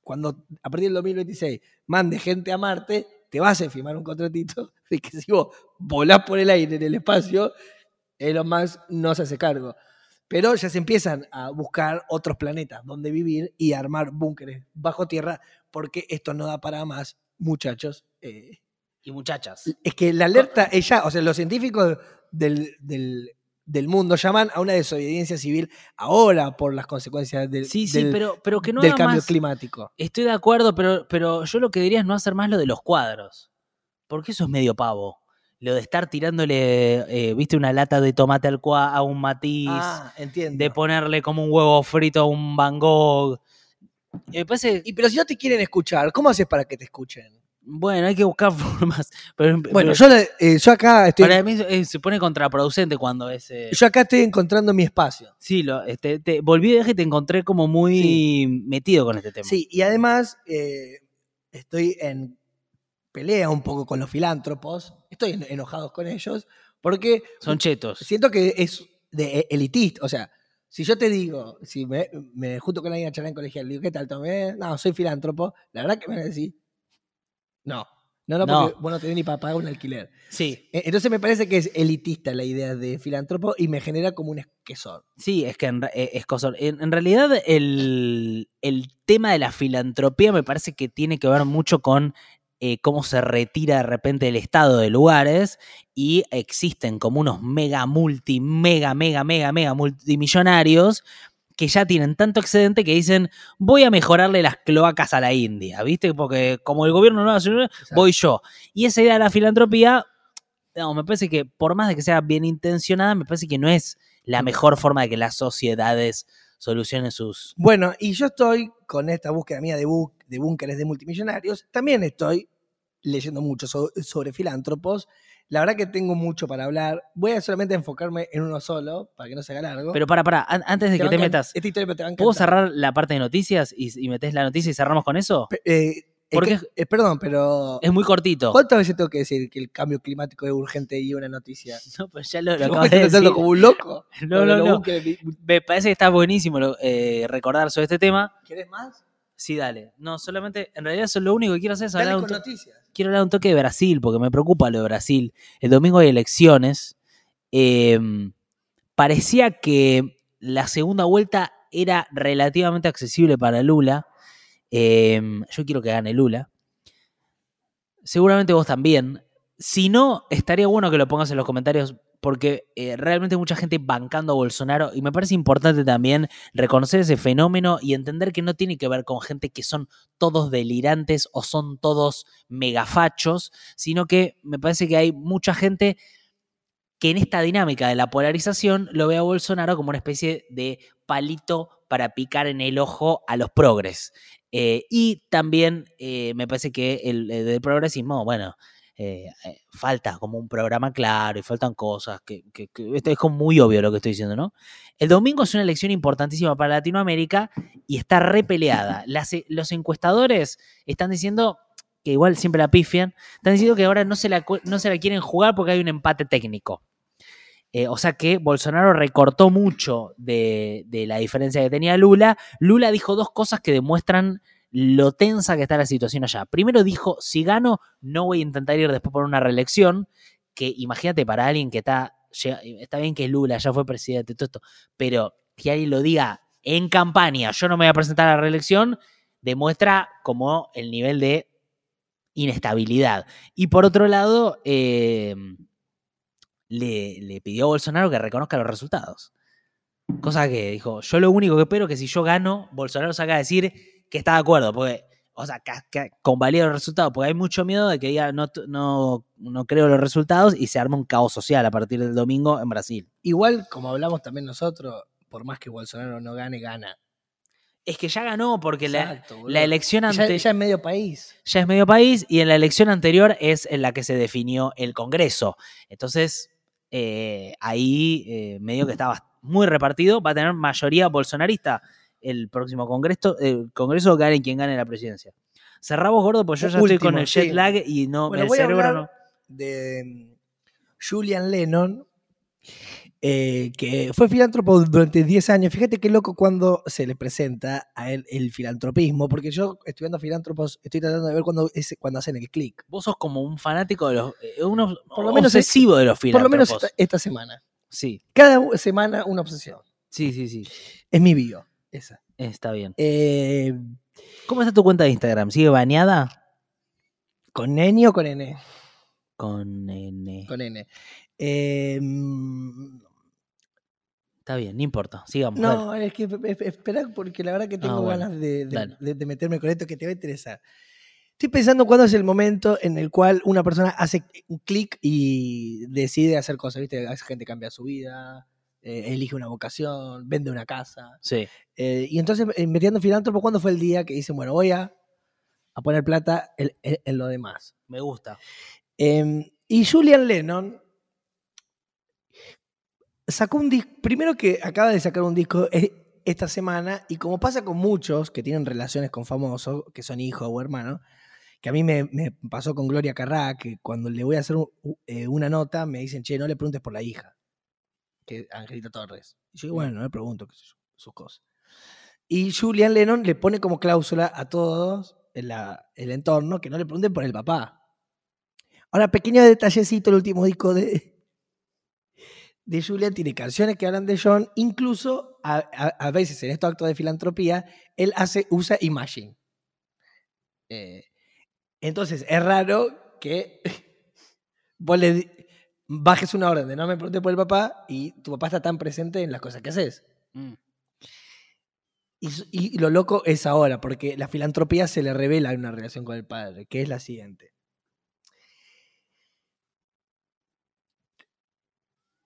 Speaker 1: cuando a partir del 2026 mande gente a Marte, te vas a firmar un contratito de que si vos volás por el aire en el espacio, Elon Musk no se hace cargo. Pero ya se empiezan a buscar otros planetas donde vivir y armar búnkeres bajo tierra porque esto no da para más, muchachos. Eh,
Speaker 2: Y muchachas.
Speaker 1: es que la alerta es ya, o sea, los científicos del, del- del mundo llaman a una desobediencia civil ahora por las consecuencias del,
Speaker 2: Sí, sí,
Speaker 1: del-
Speaker 2: pero, pero que no
Speaker 1: del
Speaker 2: haga
Speaker 1: cambio
Speaker 2: más-
Speaker 1: climático.
Speaker 2: Estoy de acuerdo, pero, pero yo lo que diría es no hacer más lo de los cuadros. Porque eso es medio pavo. Lo de estar tirándole, eh, viste, una lata de tomate al cua a un matiz,
Speaker 1: ah, entiendo.
Speaker 2: de ponerle como un huevo frito a un Van Gogh. Y me parece,
Speaker 1: y pero si no te quieren escuchar, ¿cómo haces para que te escuchen?
Speaker 2: bueno, hay que buscar formas. Pero,
Speaker 1: Bueno,
Speaker 2: pero
Speaker 1: yo, la- eh, yo acá estoy,
Speaker 2: para mí eh, se pone contraproducente cuando es... eh,
Speaker 1: yo acá estoy encontrando mi espacio.
Speaker 2: sí, lo, este, te, volví de viaje y te encontré como muy
Speaker 1: Sí.
Speaker 2: metido con este tema.
Speaker 1: Sí, y además eh, estoy en pelea un poco con los filántropos, estoy en- enojado con ellos, porque
Speaker 2: Son chetos.
Speaker 1: siento que es de e, elitista. O sea, si yo te digo, si me, me junto con alguien a charlar en colegial, le digo, ¿qué tal, Tomé? No, soy filántropo. La verdad que me van a decir, no. No, no, porque vos no tenés ni para pagar un alquiler.
Speaker 2: Sí.
Speaker 1: E- Entonces me parece que es elitista la idea de filántropo y me genera como un esquesor.
Speaker 2: Sí, es que en, re- eh, es cosa- en- en realidad el, el tema de la filantropía me parece que tiene que ver mucho con eh, cómo se retira de repente el estado de lugares y existen como unos mega multi, mega, mega, mega, mega multimillonarios que ya tienen tanto excedente que dicen voy a mejorarle las cloacas a la India, ¿viste? Porque como el gobierno no hace nada, voy yo. Y esa idea de la filantropía, digamos, me parece que por más de que sea bien intencionada, me parece que no es la mejor forma de que las sociedades solucionen sus...
Speaker 1: Bueno, y yo estoy con esta búsqueda mía de, bu- de búnkeres de multimillonarios. También estoy leyendo mucho so- sobre filántropos. La verdad que tengo mucho para hablar. Voy a solamente enfocarme en uno solo, para que no se haga largo.
Speaker 2: Pero para, para, antes de
Speaker 1: va
Speaker 2: que
Speaker 1: a
Speaker 2: te
Speaker 1: encan-
Speaker 2: metas,
Speaker 1: Esta historia te va a
Speaker 2: ¿puedo
Speaker 1: encantar.
Speaker 2: cerrar la parte de noticias y, y metes la noticia y cerramos con eso?
Speaker 1: Pe- eh,
Speaker 2: Porque
Speaker 1: que- eh, perdón, pero.
Speaker 2: es muy cortito.
Speaker 1: ¿Cuántas veces tengo que decir que el cambio climático es urgente y una noticia?
Speaker 2: No, pero ya lo, lo
Speaker 1: ¿Cómo
Speaker 2: acabas de
Speaker 1: estoy
Speaker 2: decir.
Speaker 1: tratando como un loco?
Speaker 2: No, no,
Speaker 1: Lo
Speaker 2: no.
Speaker 1: busque de mi-
Speaker 2: Me parece que está buenísimo lo- eh, recordar sobre este tema.
Speaker 1: ¿Querés más?
Speaker 2: Sí, dale. No, solamente, en realidad eso es lo único que quiero hacer es
Speaker 1: Dale
Speaker 2: hablar un
Speaker 1: con
Speaker 2: to-
Speaker 1: noticias.
Speaker 2: quiero hablar un toque de Brasil, porque me preocupa lo de Brasil. El domingo hay elecciones. Eh, parecía que la segunda vuelta era relativamente accesible para Lula. Eh, yo quiero que gane Lula. Seguramente vos también. Si no, estaría bueno que lo pongas en los comentarios porque eh, realmente hay mucha gente bancando a Bolsonaro y me parece importante también reconocer ese fenómeno y entender que no tiene que ver con gente que son todos delirantes o son todos megafachos, sino que me parece que hay mucha gente que en esta dinámica de la polarización lo ve a Bolsonaro como una especie de palito para picar en el ojo a los progres. Eh, y también eh, me parece que el, el del progresismo, bueno, eh, eh, falta como un programa claro y faltan cosas, que, que- que esto es como muy obvio lo que estoy diciendo, ¿no? El domingo es una elección importantísima para Latinoamérica y está repeleada. Las, eh, los encuestadores están diciendo que igual siempre la pifian, están diciendo que ahora no se la, cu- no se la quieren jugar porque hay un empate técnico. Eh, o sea que Bolsonaro recortó mucho de, de la diferencia que tenía Lula. Lula dijo dos cosas que demuestran lo tensa que está la situación allá. Primero dijo, si gano, no voy a intentar ir después por una reelección, que imagínate para alguien que está, llega- está bien que es Lula, ya fue presidente, todo esto, pero que alguien lo diga en campaña, yo no me voy a presentar a la reelección, demuestra como el nivel de inestabilidad. Y por otro lado, eh, le, le pidió a Bolsonaro que reconozca los resultados. Cosa que dijo, yo lo único que espero es que si yo gano, Bolsonaro salga a decir que está de acuerdo, porque, o sea, que, que convalida los resultados, porque hay mucho miedo de que diga, no, t- no, no creo los resultados y se arma un caos social a partir del domingo en Brasil.
Speaker 1: Igual, como hablamos también nosotros, por más que Bolsonaro no gane, gana.
Speaker 2: Es que ya ganó, porque la,
Speaker 1: Exacto, boludo.
Speaker 2: la elección
Speaker 1: Ya-
Speaker 2: ante...
Speaker 1: ya, en medio país.
Speaker 2: ya es medio país y en la elección anterior es en la que se definió el Congreso. Entonces, eh, ahí eh, medio que estaba muy repartido, va a tener mayoría bolsonarista el próximo Congreso, el Congreso gane quien gane la presidencia. Cerramos gordo, pues yo ya estoy
Speaker 1: Último,
Speaker 2: con el jet
Speaker 1: sí.
Speaker 2: lag y no
Speaker 1: Bueno,
Speaker 2: el
Speaker 1: voy a
Speaker 2: cerebro
Speaker 1: hablar
Speaker 2: no.
Speaker 1: de mm, Julian Lennon, eh, que fue filántropo durante 10 años. Fíjate qué loco cuando se le presenta a él el filantropismo, porque yo estudiando filántropos estoy tratando de ver cuando, es, cuando hacen el clic.
Speaker 2: Vos sos como un fanático de los eh, uno
Speaker 1: Por lo menos
Speaker 2: obsesivo de los
Speaker 1: Por lo
Speaker 2: filántropos.
Speaker 1: menos esta, esta semana.
Speaker 2: Sí,
Speaker 1: Cada u- semana una obsesión.
Speaker 2: sí, sí, sí.
Speaker 1: Es mi bio, esa.
Speaker 2: Está bien.
Speaker 1: Eh,
Speaker 2: ¿Cómo está tu cuenta de Instagram? ¿Sigue baneada?
Speaker 1: ¿Con N o con N?
Speaker 2: Con N.
Speaker 1: Con N. Eh, mm,
Speaker 2: Está bien, no importa. Sigamos. dale.
Speaker 1: No, es que es- espera porque la verdad que tengo
Speaker 2: Mm, Ah, bueno,
Speaker 1: ganas de, de-
Speaker 2: dale.
Speaker 1: de- de meterme con esto que te va a interesar. Estoy pensando cuándo es el momento en el cual una persona hace un clic y decide hacer cosas, ¿viste? Hay gente que cambia su vida, eh, elige una vocación, vende una casa.
Speaker 2: Sí.
Speaker 1: Eh, y entonces, eh, metiendo filántropo, ¿cuándo fue el día que dicen, bueno, voy a, a poner plata en- en- en lo demás?
Speaker 2: Me gusta.
Speaker 1: Eh, y Julian Lennon sacó un disco, primero que acaba de sacar un disco eh, esta semana, y como pasa con muchos que tienen relaciones con famosos, que son hijos o hermanos, que a mí me, me pasó con Gloria Carrá, que cuando le voy a hacer un- u- eh, una nota me dicen, che, no le preguntes por la hija, que es Angelita Torres. Y yo, bueno, no le pregunto qué sé yo, sus cosas. Y Julian Lennon le pone como cláusula a todos en la- el entorno que no le pregunten por el papá. Ahora, pequeño detallecito, el último disco de, de Julian tiene canciones que hablan de John, incluso a, a- a veces en estos actos de filantropía, él hace, usa Imagine. Eh, entonces, es raro que vos le di- bajes una orden de no me preguntes por el papá y tu papá está tan presente en las cosas que haces.
Speaker 2: Mm.
Speaker 1: Y, s- y lo loco es ahora, porque la filantropía se le revela en una relación con el padre, que es la siguiente.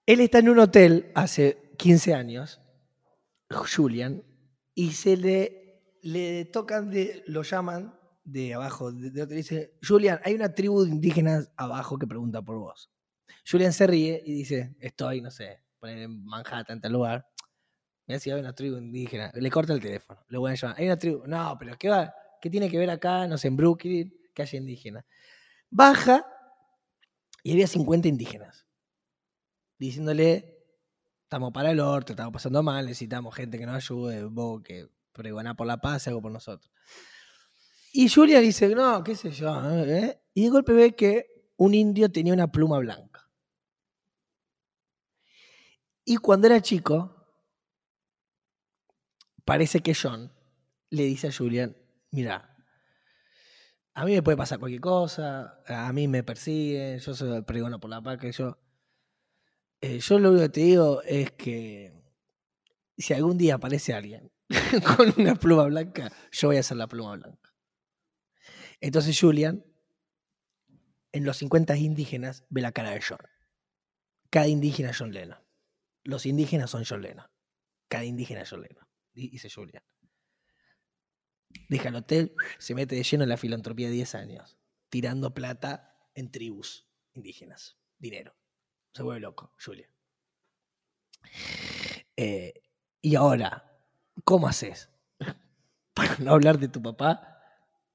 Speaker 1: Él está en un hotel hace 15 años, Julian, y se le, le tocan, de, lo llaman de abajo, de, de hotel, y dice, Julian, hay una tribu de indígenas abajo que pregunta por vos. Julian se ríe y dice, estoy, no sé, poner en Manhattan, en tal lugar. Mira si hay una tribu indígena. Le corta el teléfono. Le voy a llamar. Hay una tribu. No, pero ¿qué va? ¿Qué tiene que ver acá, no sé, en Brooklyn, calle indígena? Baja y había 50 indígenas diciéndole, estamos para el orto, estamos pasando mal, necesitamos gente que nos ayude, vos que pregoná por la paz, algo por nosotros. Y Julia dice, no, qué sé yo, ¿eh? y de golpe ve que un indio tenía una pluma blanca. Y cuando era chico, parece que John le dice a Julian, mira, a mí me puede pasar cualquier cosa, a mí me persiguen, yo soy el pregono por la paz, que yo... Eh, yo lo único que te digo es que si algún día aparece alguien con una pluma blanca, yo voy a ser la pluma blanca. Entonces Julian, en los 50 indígenas, ve la cara de John. Cada indígena es John Lennon. Los indígenas son John Lennon. Cada indígena es John Lennon, di- dice Julian. Deja el hotel, se mete de lleno en la filantropía de 10 años, tirando plata en tribus indígenas, dinero. Se vuelve loco, Julian. Eh, y ahora, ¿cómo haces para no hablar de tu papá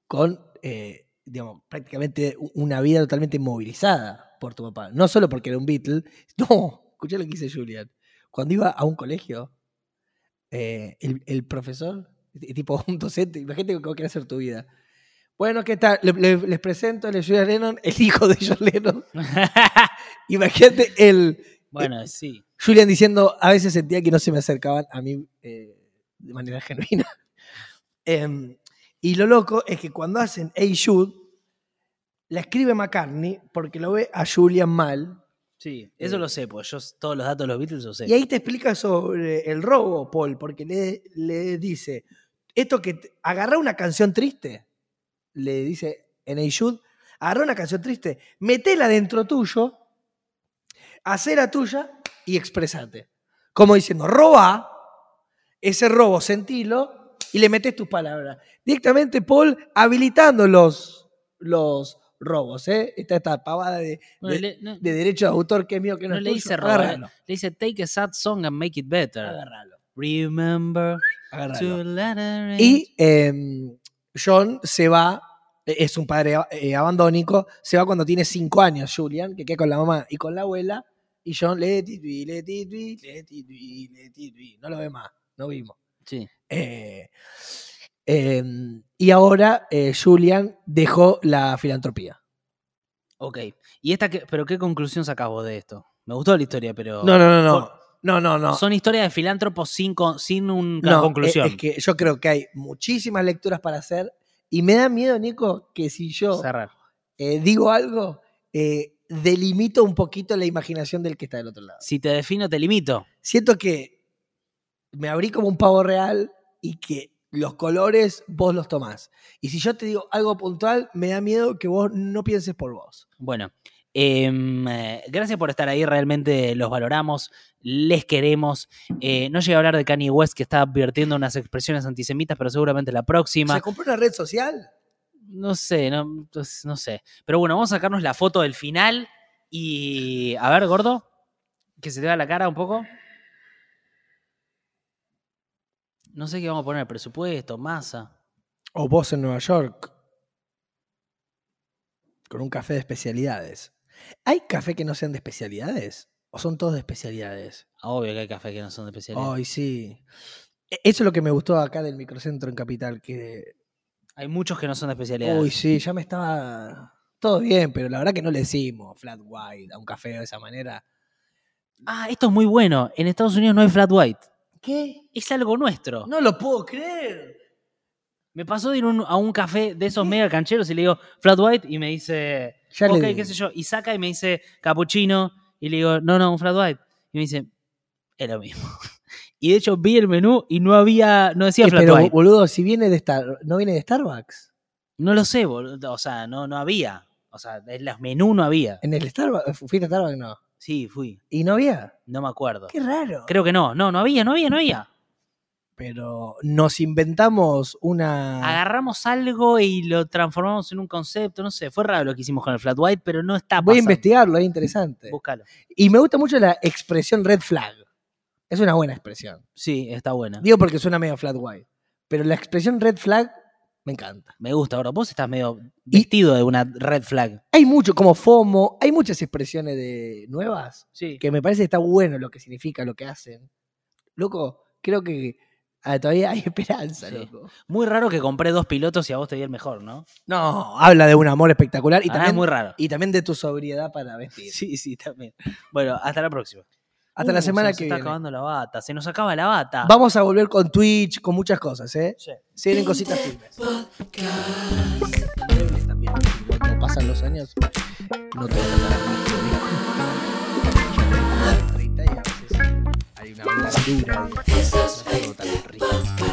Speaker 1: con, eh, digamos, prácticamente u- una vida totalmente movilizada por tu papá? No solo porque era un Beatle, no, escuché lo que dice Julian. Cuando iba a un colegio, eh, el, el profesor, t- tipo un docente, imagínate cómo quería hacer tu vida. Bueno, ¿qué tal? Le- le- les presento, a Julian Lennon, el hijo de John Lennon. Imagínate el,
Speaker 2: bueno, sí.
Speaker 1: Julian diciendo, a veces sentía que no se me acercaban a mí eh, de manera genuina. Em, y lo loco es que cuando hacen Hey Jude, la escribe McCartney porque lo ve a Julian mal.
Speaker 2: Sí, eso lo sé, pues yo s- todos los datos de los Beatles los sé.
Speaker 1: Y ahí te explica sobre el robo, Paul, porque le, le dice, esto que te- agarrá una canción triste, le dice en Hey Jude, agarrá una canción triste, metela dentro tuyo, hacela tuya y expresate. Como diciendo, roba ese robo, sentilo y le metes tus palabras. Directamente Paul habilitando los, los robos, ¿eh? Esta, esta pavada de,
Speaker 2: Bueno,
Speaker 1: de-
Speaker 2: le- no,
Speaker 1: de derecho de autor que es mío, que no,
Speaker 2: no
Speaker 1: es
Speaker 2: le
Speaker 1: tuyo.
Speaker 2: dice robar, eh.
Speaker 1: Agárralo,
Speaker 2: le dice take a sad song and make it better.
Speaker 1: agárralo,
Speaker 2: Remember
Speaker 1: agárralo.
Speaker 2: to let it rain.
Speaker 1: Y em, John se va, eh, es un padre eh, abandónico, se va cuando tiene cinco años, Julian, que queda con la mamá y con la abuela, y John le titui, le titui, le titui, le titui, no lo ve más, no vimos.
Speaker 2: Sí.
Speaker 1: Eh, em, y ahora eh, Julian dejó la filantropía.
Speaker 2: Ok. ¿Y esta qué- pero qué conclusión sacás vos de esto? Me gustó la historia, pero.
Speaker 1: No, no, no, no. No, no, no.
Speaker 2: Son historias de filántropos sin, con- sin una
Speaker 1: No,
Speaker 2: conclusión.
Speaker 1: Es, es que yo creo que hay muchísimas lecturas para hacer y me da miedo, Nico, que si yo...
Speaker 2: Cerrar.
Speaker 1: eh, digo algo, eh, delimito un poquito la imaginación del que está del otro lado.
Speaker 2: Si te defino, te limito.
Speaker 1: Siento que me abrí como un pavo real y que los colores vos los tomás. Y si yo te digo algo puntual, me da miedo que vos no pienses por vos.
Speaker 2: Bueno, em, eh, gracias por estar ahí, realmente los valoramos, les queremos. Eh, no llegué a hablar de Kanye West que está advirtiendo unas expresiones antisemitas, pero seguramente la próxima.
Speaker 1: ¿Se compró una red social?
Speaker 2: No sé, no, pues, no sé. Pero bueno, vamos a sacarnos la foto del final y a ver, gordo, que se te vea la cara un poco. No sé qué vamos a poner, presupuesto, masa.
Speaker 1: O vos en Nueva York. Con un café de especialidades. ¿Hay café que no sean de especialidades? ¿O son todos de especialidades?
Speaker 2: Ah, Obvio que hay cafés que no son de especialidad.
Speaker 1: Ay, sí. E- Eso es lo que me gustó acá del microcentro en Capital, que
Speaker 2: Hay muchos que no son de especialidad.
Speaker 1: Uy, sí, ya me estaba. Todo bien, pero la verdad que no le decimos flat white a un café de esa manera.
Speaker 2: Ah, esto es muy bueno. En Estados Unidos no hay flat white.
Speaker 1: ¿Qué?
Speaker 2: Es algo nuestro.
Speaker 1: No lo puedo creer.
Speaker 2: Me pasó de ir un- a un café de esos mega cancheros y le digo flat white y me dice,
Speaker 1: Ya le
Speaker 2: ok,
Speaker 1: digo.
Speaker 2: qué sé yo. Y saca y me dice cappuccino y le digo, no, no, un flat white. Y me dice, es lo mismo. Y de hecho vi el menú y no había, no decía
Speaker 1: Eh,
Speaker 2: flat
Speaker 1: pero,
Speaker 2: white.
Speaker 1: boludo, si viene de Star... ¿no viene de Starbucks?
Speaker 2: No lo sé, boludo. O sea, no, no había. O sea, en los menús no había.
Speaker 1: ¿En el Starbucks? Eh, ¿Fuiste a Starbucks? No.
Speaker 2: Sí, fui.
Speaker 1: ¿Y no había?
Speaker 2: No me acuerdo.
Speaker 1: Qué raro.
Speaker 2: Creo que no. No, no había, no había, no había.
Speaker 1: Pero nos inventamos una.
Speaker 2: agarramos algo y lo transformamos en un concepto, no sé, fue raro lo que hicimos con el flat white, pero no
Speaker 1: Voy
Speaker 2: está
Speaker 1: a
Speaker 2: pasando.
Speaker 1: investigarlo, es interesante.
Speaker 2: Búscalo.
Speaker 1: Y me gusta mucho la expresión red flag. Es una buena expresión.
Speaker 2: Sí, está buena.
Speaker 1: Digo porque suena medio flat white. Pero la expresión red flag Me encanta.
Speaker 2: Me gusta, bro. Vos estás medio vestido de una red flag.
Speaker 1: Hay mucho, como FOMO, hay muchas expresiones de nuevas
Speaker 2: Sí.
Speaker 1: que me parece que está bueno lo que significa, lo que hacen. Loco, creo que ah, todavía hay esperanza,
Speaker 2: Sí.
Speaker 1: loco.
Speaker 2: Muy raro que compré dos pilotos y a vos te di el mejor, ¿no?
Speaker 1: No, habla de un amor espectacular y,
Speaker 2: Ah, es
Speaker 1: también,
Speaker 2: muy raro.
Speaker 1: y también de tu sobriedad para vestir.
Speaker 2: Sí, sí, también. Bueno, hasta la próxima.
Speaker 1: Hasta la
Speaker 2: Uh,
Speaker 1: semana
Speaker 2: se nos
Speaker 1: que
Speaker 2: está
Speaker 1: viene.
Speaker 2: acabando la bata. Se nos acaba la bata.
Speaker 1: Vamos a volver con Twitch, con muchas cosas, ¿eh?
Speaker 2: Sí.
Speaker 1: Se vienen cositas firmes. Breves También, igual como pasan los años, no te voy a tratar a mí, pero- Ya tengo 30 y a veces hay una blandura y no tengo tan rico.